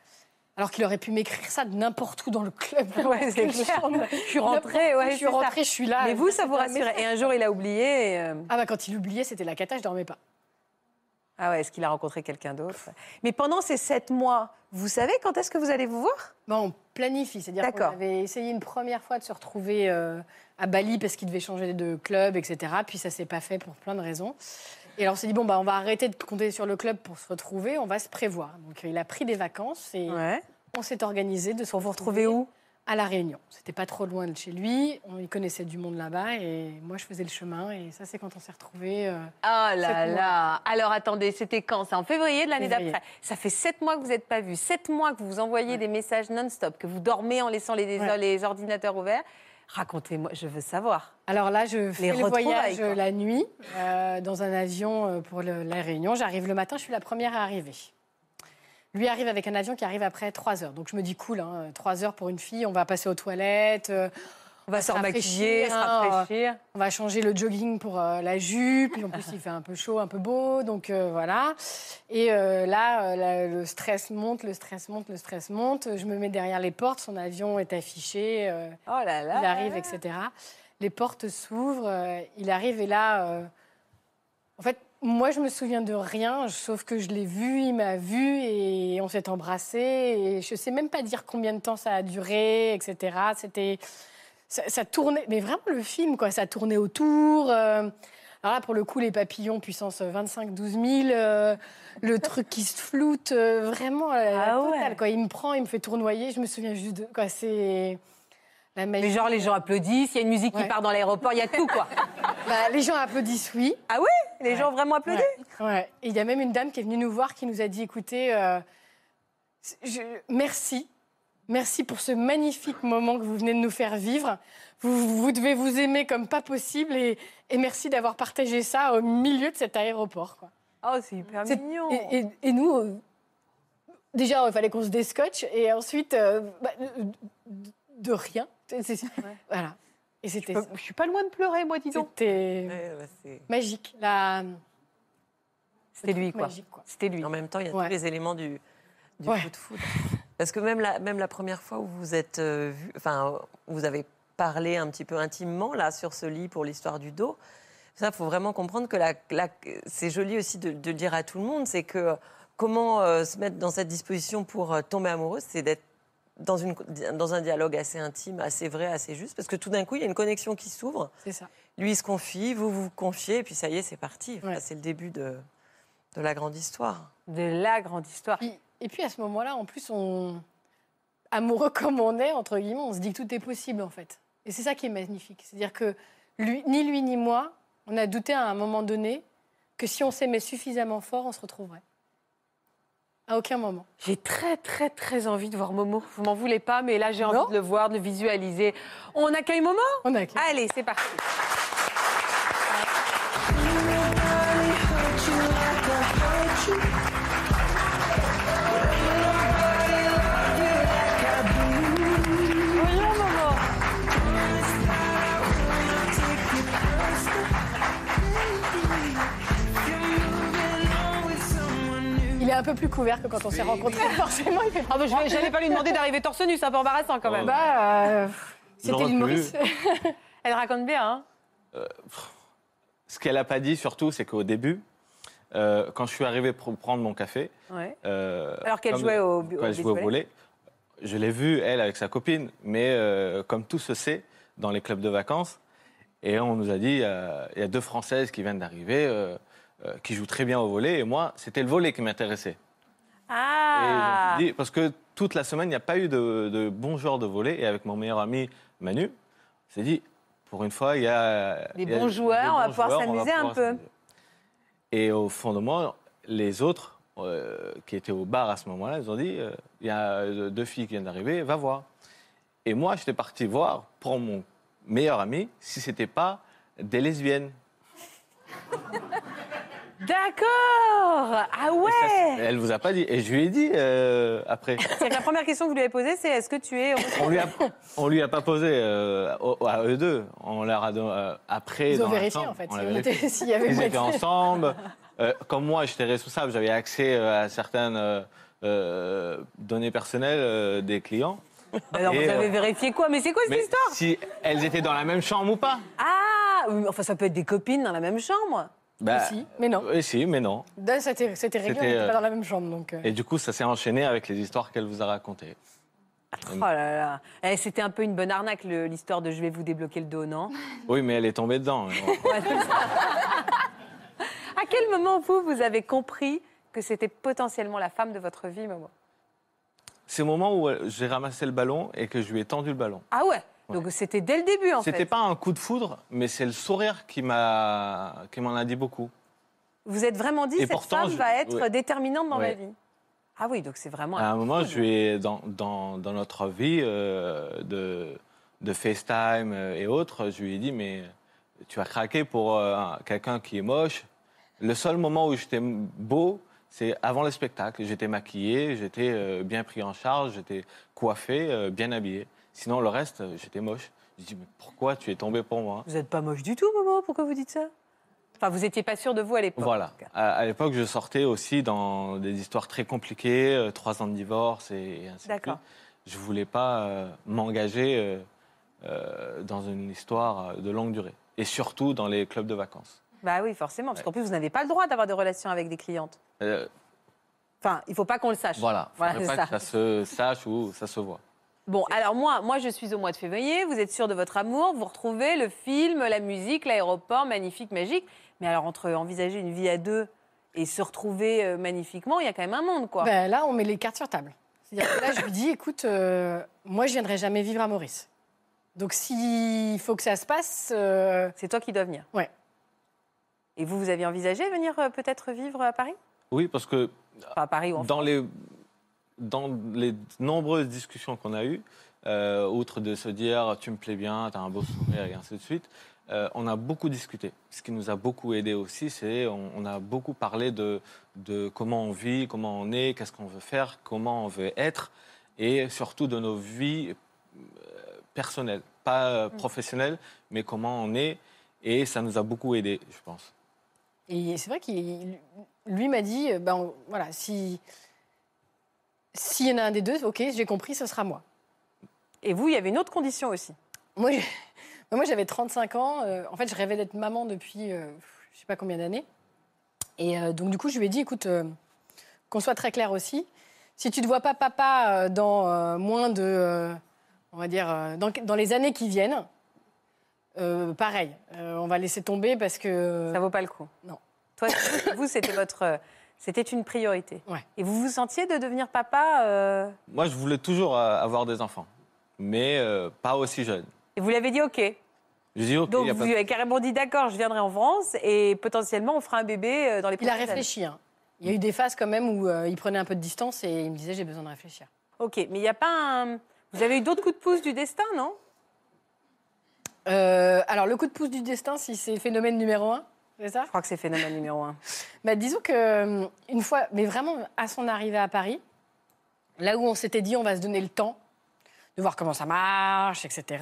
[SPEAKER 4] Alors qu'il aurait pu m'écrire ça de n'importe où <laughs> dans le club.
[SPEAKER 1] Ouais, c'est clair. Je suis rentrée, ouais,
[SPEAKER 4] je suis
[SPEAKER 1] c'est ça.
[SPEAKER 4] rentrée, Ah, je suis là.
[SPEAKER 1] Mais vous, ça vous
[SPEAKER 4] C'était un message.
[SPEAKER 1] rassurait. Et un jour, il a oublié. et, euh,
[SPEAKER 4] Ah bah quand il oubliait, c'était la cata, je dormais pas.
[SPEAKER 1] Ah ouais, est-ce qu'il a rencontré quelqu'un d'autre Mais pendant ces sept mois, vous savez quand est-ce que vous allez vous voir
[SPEAKER 4] Bah, on planifie, c'est-à-dire qu'on
[SPEAKER 1] D'accord.
[SPEAKER 4] avait essayé une première fois de se retrouver euh, à Bali parce qu'il devait changer de club, etc. Puis ça s'est pas fait pour plein de raisons. Et alors on s'est dit bon bah on va arrêter de compter sur le club pour se retrouver, on va se prévoir. Donc euh, il a pris des vacances et
[SPEAKER 1] Ouais.
[SPEAKER 4] on s'est organisé de se
[SPEAKER 1] Pour vous retrouver où
[SPEAKER 4] À la Réunion. C'était pas trop loin de chez lui, on y connaissait du monde là-bas et moi je faisais le chemin et ça c'est quand on s'est euh, retrouvé.
[SPEAKER 7] Ah là
[SPEAKER 4] Sept mois.
[SPEAKER 7] là. Alors attendez, c'était quand C'est en février de l'année
[SPEAKER 4] Février.
[SPEAKER 7] d'après. Ça fait sept mois que vous n'êtes pas vus, sept mois que vous vous envoyez des messages non-stop, que vous dormez en laissant les,
[SPEAKER 4] Ouais.
[SPEAKER 7] les ordinateurs ouverts. Racontez-moi, je veux savoir.
[SPEAKER 4] Alors là, je fais le
[SPEAKER 1] retrouvailles,
[SPEAKER 4] voyage
[SPEAKER 1] quoi.
[SPEAKER 4] la nuit euh, dans un avion euh, pour le- la Réunion. J'arrive le matin, je suis la première à arriver. Lui arrive avec un avion qui arrive après 3 heures. Donc je me dis cool, hein, 3 heures pour une fille, on va passer aux toilettes, euh,
[SPEAKER 1] On va se remaquiller, se
[SPEAKER 4] hein,
[SPEAKER 1] rafraîchir.
[SPEAKER 4] on va changer le jogging pour euh, la jupe. Puis en plus, il fait un peu chaud, un peu beau. Donc euh, voilà. Et euh, là, euh, la- le stress monte, le stress monte, le stress monte. Je me mets derrière les portes, son avion est affiché. euh,
[SPEAKER 1] Oh là là.
[SPEAKER 4] il arrive, etc. Les portes s'ouvrent, euh, il arrive et là, euh, en fait, Moi, je me souviens de rien, sauf que je l'ai vu, il m'a vu et on s'est embrassé. Et je sais même pas dire combien de temps ça a duré, etc. C'était. Ça, ça tournait, mais vraiment le film, quoi. Ça tournait autour. euh, alors là, pour le coup, les papillons, puissance 25, 12 000, euh, le truc qui se floute, euh, vraiment, la- la
[SPEAKER 1] Ah ouais.
[SPEAKER 4] totale, quoi. Il me prend, il me fait tournoyer, je me souviens juste de. Quoi, c'est. La magie.
[SPEAKER 1] Mais genre, les gens applaudissent, il y a une musique qui
[SPEAKER 4] Ouais.
[SPEAKER 1] part dans l'aéroport, il y a tout, quoi.
[SPEAKER 4] Bah, les gens applaudissent, oui.
[SPEAKER 1] Ah oui <laughs> Les gens vraiment applaudissent
[SPEAKER 4] Ouais. Et il y a même une dame qui est venue nous voir qui nous a dit écoutez, euh, je- merci. Merci pour ce magnifique moment que vous venez de nous faire vivre. Vous, vous devez vous aimer comme pas possible et, et merci d'avoir partagé ça au milieu de cet aéroport. quoi.
[SPEAKER 1] Oh, c'est hyper
[SPEAKER 4] C'est-
[SPEAKER 1] mignon.
[SPEAKER 4] Et, et- et nous, euh, déjà, il fallait qu'on se déscotche et ensuite, euh, bah, euh, de, de rien. C'est- c'est- Voilà. Et c'était
[SPEAKER 7] Je suis pas loin de pleurer, moi, dis donc.
[SPEAKER 4] c'était
[SPEAKER 8] Ouais, bah, c'est-
[SPEAKER 4] magique. La...
[SPEAKER 1] C'était lui, quoi.
[SPEAKER 4] Magique, quoi.
[SPEAKER 1] C'était lui.
[SPEAKER 8] En même temps, il y a
[SPEAKER 4] Ouais.
[SPEAKER 8] tous les éléments du, du
[SPEAKER 4] Ouais.
[SPEAKER 8] coup de foudre. Parce que même la, même la première fois où vous êtes euh, vu, enfin, euh, vous avez parlé un petit peu intimement là sur ce lit pour l'histoire du dos. Ça, faut vraiment comprendre que la, la- c'est joli aussi de, de le dire à tout le monde, c'est que comment euh, se mettre dans cette disposition pour euh, tomber amoureuse, c'est d'être dans, une, dans un dialogue assez intime, assez vrai, assez juste, parce que tout d'un coup, il y a une connexion qui s'ouvre
[SPEAKER 4] C'est ça.
[SPEAKER 8] lui il se confie, vous vous vous confiez, et puis ça y est, c'est parti. Enfin,
[SPEAKER 4] Ouais.
[SPEAKER 8] C'est le début de, de la grande histoire.
[SPEAKER 1] De la grande histoire.
[SPEAKER 4] Puis- et puis à ce moment-là, en plus, on amoureux <laughs> comme on est, entre guillemets, on se dit que tout est possible en fait. Et c'est ça qui est magnifique. C'est-à-dire que lui- ni lui ni moi, on a douté à un moment donné que si on s'aimait suffisamment fort, on se retrouverait. À aucun moment.
[SPEAKER 7] J'ai très, très, très envie de voir Momo. Vous m'en voulez pas, mais là, j'ai envie de le voir, de le visualiser. On accueille Momo
[SPEAKER 4] On a que-
[SPEAKER 1] Ah.
[SPEAKER 7] Allez, c'est parti.
[SPEAKER 4] Il est un peu plus couvert que quand on s'est rencontrés. <laughs> Forcément, il fait.
[SPEAKER 7] Ah bah, je vais- <laughs> j'allais pas lui demander d'arriver torse nu, c'est un peu embarrassant quand même.
[SPEAKER 6] Oh.
[SPEAKER 4] Bah, euh,
[SPEAKER 6] J'aurais
[SPEAKER 4] c'était
[SPEAKER 6] pu.
[SPEAKER 4] l'humoriste.
[SPEAKER 7] Elle raconte bien, hein
[SPEAKER 6] Ce qu'elle n'a pas dit surtout, c'est qu'au début, euh, quand je suis arrivé pour prendre mon café,
[SPEAKER 1] Ouais.
[SPEAKER 6] euh,
[SPEAKER 1] Alors qu'elle
[SPEAKER 6] comme-
[SPEAKER 1] jouait au,
[SPEAKER 6] quand elle jouait au volet, je l'ai vue, elle, avec sa copine, mais euh, comme tout se sait, dans les clubs de vacances, et on nous a dit, euh, il y a deux Françaises qui viennent d'arriver, euh, euh, qui jouent très bien au volet, et moi, c'était le volet qui m'intéressait. Et
[SPEAKER 1] Ah
[SPEAKER 6] je me suis dit, parce que toute la semaine, il n'y a pas eu de, de bon joueur de volet. Et avec mon meilleur ami Manu, on s'est dit, pour une fois, il y a.
[SPEAKER 1] Des
[SPEAKER 6] il y a
[SPEAKER 1] bons joueurs, on va pouvoir
[SPEAKER 6] joueurs,
[SPEAKER 1] s'amuser un
[SPEAKER 6] pouvoir
[SPEAKER 1] peu.
[SPEAKER 6] s'amuser. Et au fond de moi, les autres euh, qui étaient au bar à ce moment-là, ils ont dit, euh, il y a deux filles qui viennent d'arriver, va voir. Et moi, j'étais parti voir pour mon meilleur ami si c'était pas des lesbiennes.
[SPEAKER 1] D'accord Ah
[SPEAKER 6] Et ça, c'est-
[SPEAKER 1] ouais
[SPEAKER 6] elle vous a pas dit. Et je lui ai dit euh, après.
[SPEAKER 1] C'est que la première question que vous lui avez posée, c'est est-ce que tu es.
[SPEAKER 6] <laughs> On lui a, on lui a pas posé euh, au- à eux deux. On leur a don- euh, après.
[SPEAKER 4] Ils ont
[SPEAKER 6] dans la
[SPEAKER 4] vérifié
[SPEAKER 6] chambre,
[SPEAKER 4] en fait.
[SPEAKER 6] on
[SPEAKER 4] si
[SPEAKER 6] l'a
[SPEAKER 4] on
[SPEAKER 6] vérifié.
[SPEAKER 4] <laughs> était- S'il y avait
[SPEAKER 6] Ils étaient
[SPEAKER 4] moitié.
[SPEAKER 6] ensemble. Euh, comme moi, j'étais responsable, j'avais accès euh, à certaines euh, euh, données personnelles euh, des clients.
[SPEAKER 1] Alors,
[SPEAKER 6] Et,
[SPEAKER 1] vous
[SPEAKER 6] euh,
[SPEAKER 1] avez vérifié quoi Mais c'est quoi cette
[SPEAKER 6] Mais
[SPEAKER 1] histoire
[SPEAKER 6] si elles étaient dans la même chambre ou pas
[SPEAKER 1] Ah oui, mais Enfin, ça peut être des copines dans la même chambre.
[SPEAKER 6] bah,
[SPEAKER 4] Si, mais non.
[SPEAKER 6] euh, si, mais non.
[SPEAKER 4] Là, C'était c'était réglé, on
[SPEAKER 6] C'était,
[SPEAKER 4] n'était
[SPEAKER 6] euh,
[SPEAKER 4] pas dans la même chambre. Donc, euh,
[SPEAKER 6] Et du coup, ça s'est enchaîné avec les histoires qu'elle vous a racontées.
[SPEAKER 1] Oh là là. Eh, C'était un peu une bonne arnaque, le- l'histoire de je vais vous débloquer le dos, non
[SPEAKER 6] Oui, mais elle est tombée
[SPEAKER 4] <laughs>
[SPEAKER 6] dedans.
[SPEAKER 1] À quel moment, vous, vous avez compris que c'était potentiellement la femme de votre vie, Momo
[SPEAKER 6] C'est le moment où euh, j'ai ramassé le ballon et que je lui ai tendu le ballon.
[SPEAKER 1] Ah ouais, Donc, c'était dès le début, en
[SPEAKER 6] C'était
[SPEAKER 1] fait.
[SPEAKER 6] pas un coup de foudre, mais c'est le sourire qui m'a qui m'en a dit beaucoup.
[SPEAKER 1] Vous êtes vraiment dit,
[SPEAKER 6] Et
[SPEAKER 1] cette
[SPEAKER 6] pourtant,
[SPEAKER 1] femme
[SPEAKER 6] je-
[SPEAKER 1] va être
[SPEAKER 6] ouais.
[SPEAKER 1] déterminante dans
[SPEAKER 6] Ouais.
[SPEAKER 1] ma vie. Ah oui, donc c'est hein. vraiment...
[SPEAKER 6] À un moment,
[SPEAKER 1] foudre.
[SPEAKER 6] je lui ai dans dans, dans notre vie euh, de de FaceTime euh, et autres, je lui ai dit mais tu as craqué pour euh, un- quelqu'un qui est moche. Le seul moment où j'étais beau, c'est avant le spectacle. J'étais maquillé, j'étais euh, bien pris en charge, j'étais coiffé, euh, bien habillé. Sinon, le reste, euh, j'étais moche. Je dis mais pourquoi tu es tombé pour moi
[SPEAKER 1] Vous n'êtes pas moche du tout, Momo, pourquoi vous dites ça Enfin, vous n'étiez pas sûr de vous à l'époque. en
[SPEAKER 6] Voilà.
[SPEAKER 1] tout cas.
[SPEAKER 6] À, à l'époque, je sortais aussi dans des histoires très compliquées, euh, trois ans de divorce et, et ainsi de
[SPEAKER 1] D'accord.
[SPEAKER 6] suite. Je voulais pas euh, m'engager euh, euh, dans une histoire euh, de longue durée. Et surtout dans les clubs de vacances.
[SPEAKER 1] Bah oui, forcément, parce qu'en plus, vous n'avez pas le droit d'avoir des relations avec des clientes.
[SPEAKER 6] Euh,
[SPEAKER 1] Enfin, il faut pas qu'on le sache.
[SPEAKER 6] voilà,
[SPEAKER 1] Voilà,
[SPEAKER 6] faudrait
[SPEAKER 1] c'est
[SPEAKER 6] pas
[SPEAKER 1] ça.
[SPEAKER 6] que ça se sache ou ça se voit.
[SPEAKER 1] Bon, alors moi, moi, je suis au mois de février. Vous êtes sûr de votre amour. Vous retrouvez le film, la musique, l'aéroport, magnifique, magique. Mais alors, entre envisager une vie à deux et se retrouver euh, magnifiquement, il y a quand même un monde, quoi.
[SPEAKER 4] Ben, là, on met les cartes sur table. C'est-à-dire que là, je lui dis, écoute, euh, moi, je viendrai jamais vivre à Maurice. Donc, s'il faut que ça se passe, euh,
[SPEAKER 1] C'est toi qui dois venir.
[SPEAKER 4] Ouais.
[SPEAKER 1] Et vous, vous aviez envisagé de venir euh, peut-être vivre à Paris
[SPEAKER 6] Oui, parce que
[SPEAKER 1] Enfin, à Paris ou en
[SPEAKER 6] dans les, dans les nombreuses discussions qu'on a eues, euh, outre de se dire tu me plais bien, tu as un beau sourire et ainsi de suite, euh, on a beaucoup discuté. Ce qui nous a beaucoup aidé aussi, c'est on, on a beaucoup parlé de, de comment on vit, comment on est, qu'est-ce qu'on veut faire, comment on veut être, et surtout de nos vies euh, personnelles, pas euh, professionnelles, mais comment on est. Et ça nous a beaucoup aidé, je pense.
[SPEAKER 4] Et c'est vrai qu'il lui m'a dit, euh, ben on- voilà, si s'il y en a un des deux, ok, j'ai compris, ce sera moi.
[SPEAKER 1] Et vous, il y avait une autre condition aussi.
[SPEAKER 4] Moi, j'ai- ben, moi j'avais 35 ans. euh, en fait, je rêvais d'être maman depuis euh, je sais pas combien d'années. Et euh, donc du coup, je lui ai dit, écoute, euh, qu'on soit très clair aussi, si tu ne vois pas papa euh, dans euh, moins de, euh, on va dire, euh, dans, dans les années qui viennent, euh, pareil, euh, on va laisser tomber parce que
[SPEAKER 1] Ça vaut pas le coup.
[SPEAKER 4] Euh, Non.
[SPEAKER 1] Toi, vous, c'était votre, euh, c'était une priorité.
[SPEAKER 4] Ouais.
[SPEAKER 1] Et vous vous sentiez de devenir papa euh,
[SPEAKER 6] Moi, je voulais toujours euh, avoir des enfants, mais euh, pas aussi jeune.
[SPEAKER 1] Et vous l'avez dit, ok.
[SPEAKER 6] Je dis, OK,
[SPEAKER 1] Donc
[SPEAKER 6] y a
[SPEAKER 1] vous
[SPEAKER 6] pas de-
[SPEAKER 1] avez carrément dit d'accord, je viendrai en France et potentiellement on fera un bébé euh, dans les
[SPEAKER 4] Il a
[SPEAKER 1] prochaines années.
[SPEAKER 4] réfléchi. hein. Il y a eu des phases quand même où euh, il prenait un peu de distance et il me disait j'ai besoin de réfléchir.
[SPEAKER 1] Ok, mais il n'y a pas un. Vous avez eu d'autres coups de pouce du destin, non
[SPEAKER 4] Euh, alors le coup de pouce du destin, si c'est le phénomène numéro un, c'est ça
[SPEAKER 1] Je crois que c'est phénomène numéro un.
[SPEAKER 4] bah, Disons que euh, une fois, mais vraiment à son arrivée à Paris, là où on s'était dit on va se donner le temps de voir comment ça marche, etc.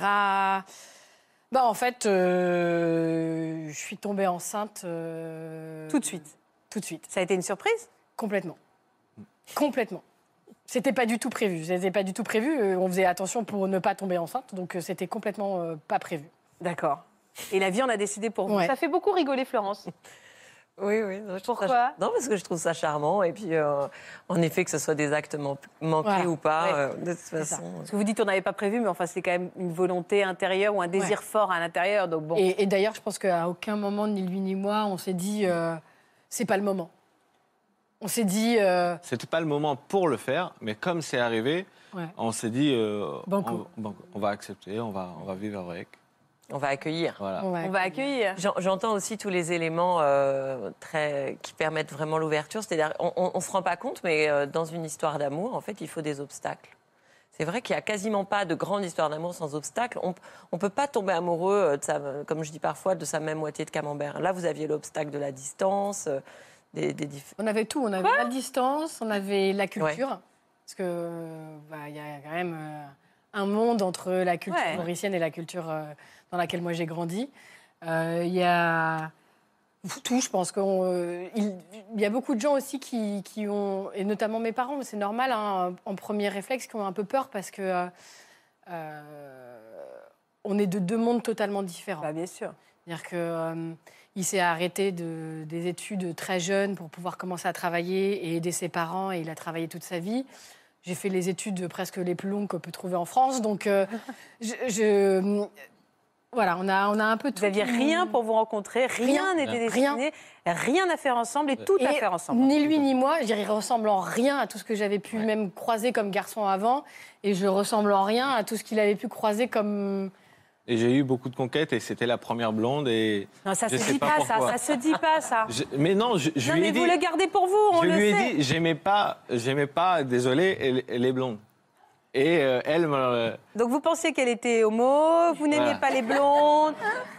[SPEAKER 4] Bah en fait, euh, je suis tombée enceinte euh,
[SPEAKER 1] Tout de suite.
[SPEAKER 4] Tout de suite.
[SPEAKER 1] Ça a été une surprise
[SPEAKER 4] Complètement. Complètement. C'était pas du tout prévu. C'était pas du tout prévu. Euh, On faisait attention pour ne pas tomber enceinte, donc euh, c'était complètement euh, pas prévu.
[SPEAKER 1] D'accord. Et la vie en a décidé pour vous.
[SPEAKER 4] Ouais.
[SPEAKER 7] Ça fait beaucoup rigoler,
[SPEAKER 3] <laughs>
[SPEAKER 7] Florence.
[SPEAKER 8] Oui, oui. non, je trouve ça
[SPEAKER 7] Pourquoi
[SPEAKER 8] char- Non, parce que je trouve ça charmant. Et puis, euh, en effet, que ce soit des actes man- manqués
[SPEAKER 4] Voilà.
[SPEAKER 8] ou pas,
[SPEAKER 4] Ouais.
[SPEAKER 8] euh, de toute
[SPEAKER 4] ça.
[SPEAKER 8] façon. euh,
[SPEAKER 1] Parce que vous dites on n'avait pas prévu, mais enfin c'est quand même une volonté intérieure ou un désir fort à l'intérieur. Donc bon.
[SPEAKER 4] Et, et d'ailleurs, je pense qu'à aucun moment, ni lui ni moi, on s'est dit euh, c'est pas le moment. On s'est dit euh,
[SPEAKER 6] C'était pas le moment pour le faire, mais comme c'est arrivé,
[SPEAKER 4] Ouais.
[SPEAKER 6] on s'est dit euh,
[SPEAKER 4] Banco.
[SPEAKER 6] On, banco. On va accepter, on va, on va vivre avec.
[SPEAKER 8] On va accueillir.
[SPEAKER 6] Voilà.
[SPEAKER 4] on va.
[SPEAKER 1] On va accueillir.
[SPEAKER 8] J'en- J'entends aussi tous les éléments euh, très, qui permettent vraiment l'ouverture. C'est-à-dire, on- on ne se rend pas compte, mais euh, dans une histoire d'amour, en fait, il faut des obstacles. C'est vrai qu'il n'y a quasiment pas de grande histoire d'amour sans obstacle. On ne peut pas tomber amoureux, euh, de sa- euh, comme je dis parfois, de sa même moitié de camembert. Là, vous aviez l'obstacle de la distance, euh, des, des diff-
[SPEAKER 4] On avait tout. On avait la distance, on avait la culture, parce que bah, il y a quand même euh, un monde entre la culture
[SPEAKER 1] Ouais.
[SPEAKER 4] mauricienne et la culture euh, dans laquelle moi j'ai grandi. Euh, Il y a tout, je pense qu'il y a beaucoup de gens aussi qui, qui ont, et notamment mes parents, mais c'est normal, hein, en premier réflexe, qui ont un peu peur parce que euh, euh, on est de deux mondes totalement différents.
[SPEAKER 1] Bah, bien sûr.
[SPEAKER 4] C'est-à-dire qu'il s'est arrêté de, des études très jeune pour pouvoir commencer à travailler et aider ses parents, et il a travaillé toute sa vie. J'ai fait les études presque les plus longues qu'on peut trouver en France, donc
[SPEAKER 1] <laughs>
[SPEAKER 4] euh, je, je- voilà, on a, on a un peu tout.
[SPEAKER 1] Vous aviez
[SPEAKER 4] qui-
[SPEAKER 1] rien pour vous rencontrer, rien
[SPEAKER 4] Rien.
[SPEAKER 1] n'était
[SPEAKER 4] Rien.
[SPEAKER 1] destiné, rien à faire ensemble et tout à
[SPEAKER 4] Et
[SPEAKER 1] faire ensemble.
[SPEAKER 4] Ni lui ni moi, je dirais, ressemble en rien à tout ce que j'avais pu même croiser comme garçon avant, et je ressemble en rien à tout ce qu'il avait pu croiser comme.
[SPEAKER 6] Et j'ai eu beaucoup de conquêtes et c'était la première blonde. Et
[SPEAKER 1] Non, ça
[SPEAKER 6] Je
[SPEAKER 1] se
[SPEAKER 6] sais
[SPEAKER 1] dit
[SPEAKER 6] pas
[SPEAKER 1] pas, ça,
[SPEAKER 6] pourquoi.
[SPEAKER 1] ça se dit pas ça.
[SPEAKER 6] je- mais non, je, je
[SPEAKER 1] Ah. non
[SPEAKER 6] lui
[SPEAKER 1] mais
[SPEAKER 6] ai dit,
[SPEAKER 1] vous le gardez pour vous, on
[SPEAKER 6] je
[SPEAKER 1] le
[SPEAKER 6] lui ai
[SPEAKER 1] sait.
[SPEAKER 6] dit, j'aimais pas, j'aimais pas, désolé, et- et les blondes. Et euh, elle, me- euh,
[SPEAKER 1] Donc vous pensiez qu'elle était homo, vous n'aimiez
[SPEAKER 6] Voilà.
[SPEAKER 1] pas les blondes,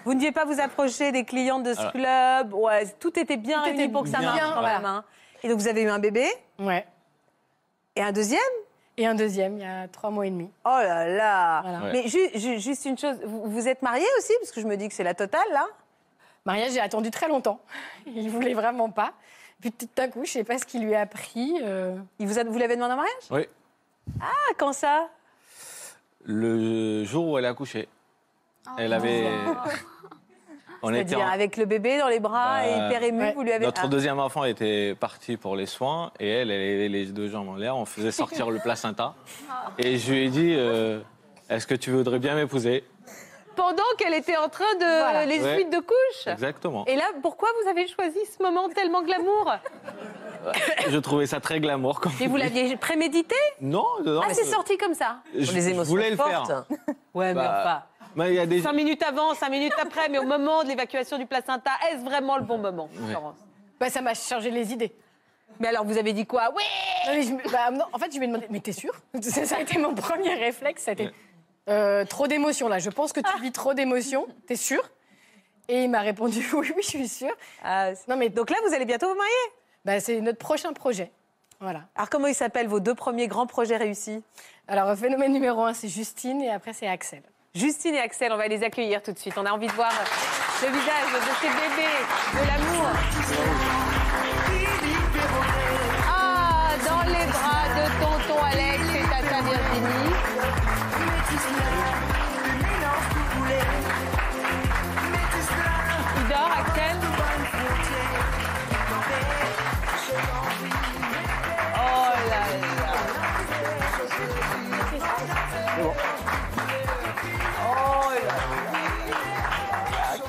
[SPEAKER 1] vous ne deviez pas vous approcher des clientes de ce
[SPEAKER 6] Voilà.
[SPEAKER 1] club. Ouais, tout était bien
[SPEAKER 4] Tout
[SPEAKER 1] réuni
[SPEAKER 4] était
[SPEAKER 1] pour que ça
[SPEAKER 4] bien,
[SPEAKER 1] marche quand
[SPEAKER 4] voilà.
[SPEAKER 1] même, hein. Et donc vous avez eu un bébé
[SPEAKER 4] Ouais.
[SPEAKER 1] et un deuxième.
[SPEAKER 4] Et un deuxième, il y a trois mois et demi.
[SPEAKER 1] Oh là là.
[SPEAKER 4] Voilà.
[SPEAKER 6] Ouais.
[SPEAKER 1] Mais ju- ju- juste une chose, vous, vous êtes mariés aussi parce que je me dis que c'est la totale là.
[SPEAKER 4] Mariage, j'ai attendu très longtemps. Il voulait vraiment pas. Puis tout d'un coup, je sais pas ce qu'il lui a pris. euh,
[SPEAKER 1] Il vous a- vous l'avez demandé en mariage
[SPEAKER 6] oui,
[SPEAKER 1] Ah, quand ça
[SPEAKER 6] le jour où elle a accouché, elle avait, On était
[SPEAKER 1] C'est-à-dire
[SPEAKER 6] en-
[SPEAKER 1] avec le bébé dans les bras et
[SPEAKER 6] Ouais.
[SPEAKER 1] hyper ému,
[SPEAKER 4] Ouais.
[SPEAKER 1] vous lui avez.
[SPEAKER 6] Notre
[SPEAKER 1] Ah.
[SPEAKER 6] deuxième enfant était parti pour les soins et elle, elle avait les deux jambes en l'air. On faisait sortir le
[SPEAKER 7] <laughs>
[SPEAKER 6] placenta et je lui ai dit euh, Est-ce que tu voudrais bien m'épouser
[SPEAKER 7] Pendant qu'elle était en train de
[SPEAKER 4] Voilà.
[SPEAKER 7] les
[SPEAKER 6] Ouais.
[SPEAKER 7] suites de couches.
[SPEAKER 6] Exactement.
[SPEAKER 7] Et là, pourquoi vous avez choisi ce moment
[SPEAKER 6] <laughs>
[SPEAKER 7] tellement glamour
[SPEAKER 6] Je trouvais ça très glamour. Comme...
[SPEAKER 7] Mais vous l'aviez prémédité
[SPEAKER 6] Non, non.
[SPEAKER 7] Ah, c'est
[SPEAKER 6] je-
[SPEAKER 7] sorti comme ça
[SPEAKER 6] Je,
[SPEAKER 8] les
[SPEAKER 6] je
[SPEAKER 8] émotions
[SPEAKER 6] voulais le
[SPEAKER 8] fortes.
[SPEAKER 6] faire.
[SPEAKER 7] Ouais,
[SPEAKER 6] Bah, Mais il y a des.
[SPEAKER 7] Cinq minutes avant, cinq minutes après, mais au moment de l'évacuation du placenta, est-ce vraiment le bon moment,
[SPEAKER 6] Ouais.
[SPEAKER 7] Florence
[SPEAKER 4] Bah, ça m'a changé les idées.
[SPEAKER 7] Mais alors, vous avez dit quoi Oui
[SPEAKER 4] Non, mais je me- bah, non, en fait, je me demandais, mais t'es sûre <laughs> ça, ça a été mon premier réflexe. Ça a été, euh, trop d'émotions là. Je pense que tu vis trop d'émotions. T'es sûre Et il m'a répondu, <laughs> oui, oui, je suis sûre.
[SPEAKER 1] Ah, c'est-
[SPEAKER 4] Non, mais
[SPEAKER 1] donc là, vous allez bientôt vous marier.
[SPEAKER 4] bah, c'est notre prochain projet. Voilà.
[SPEAKER 1] Alors, comment ils s'appellent vos deux premiers grands projets réussis
[SPEAKER 4] Alors, phénomène numéro un, c'est Justine et après, c'est Axel.
[SPEAKER 7] Justine et Axel, on va les accueillir tout de suite. On a envie de voir le visage de ces bébés, de l'amour. Ah, dans les bras de tonton Alex et tata Virginie. Il dort, Axel Oh là là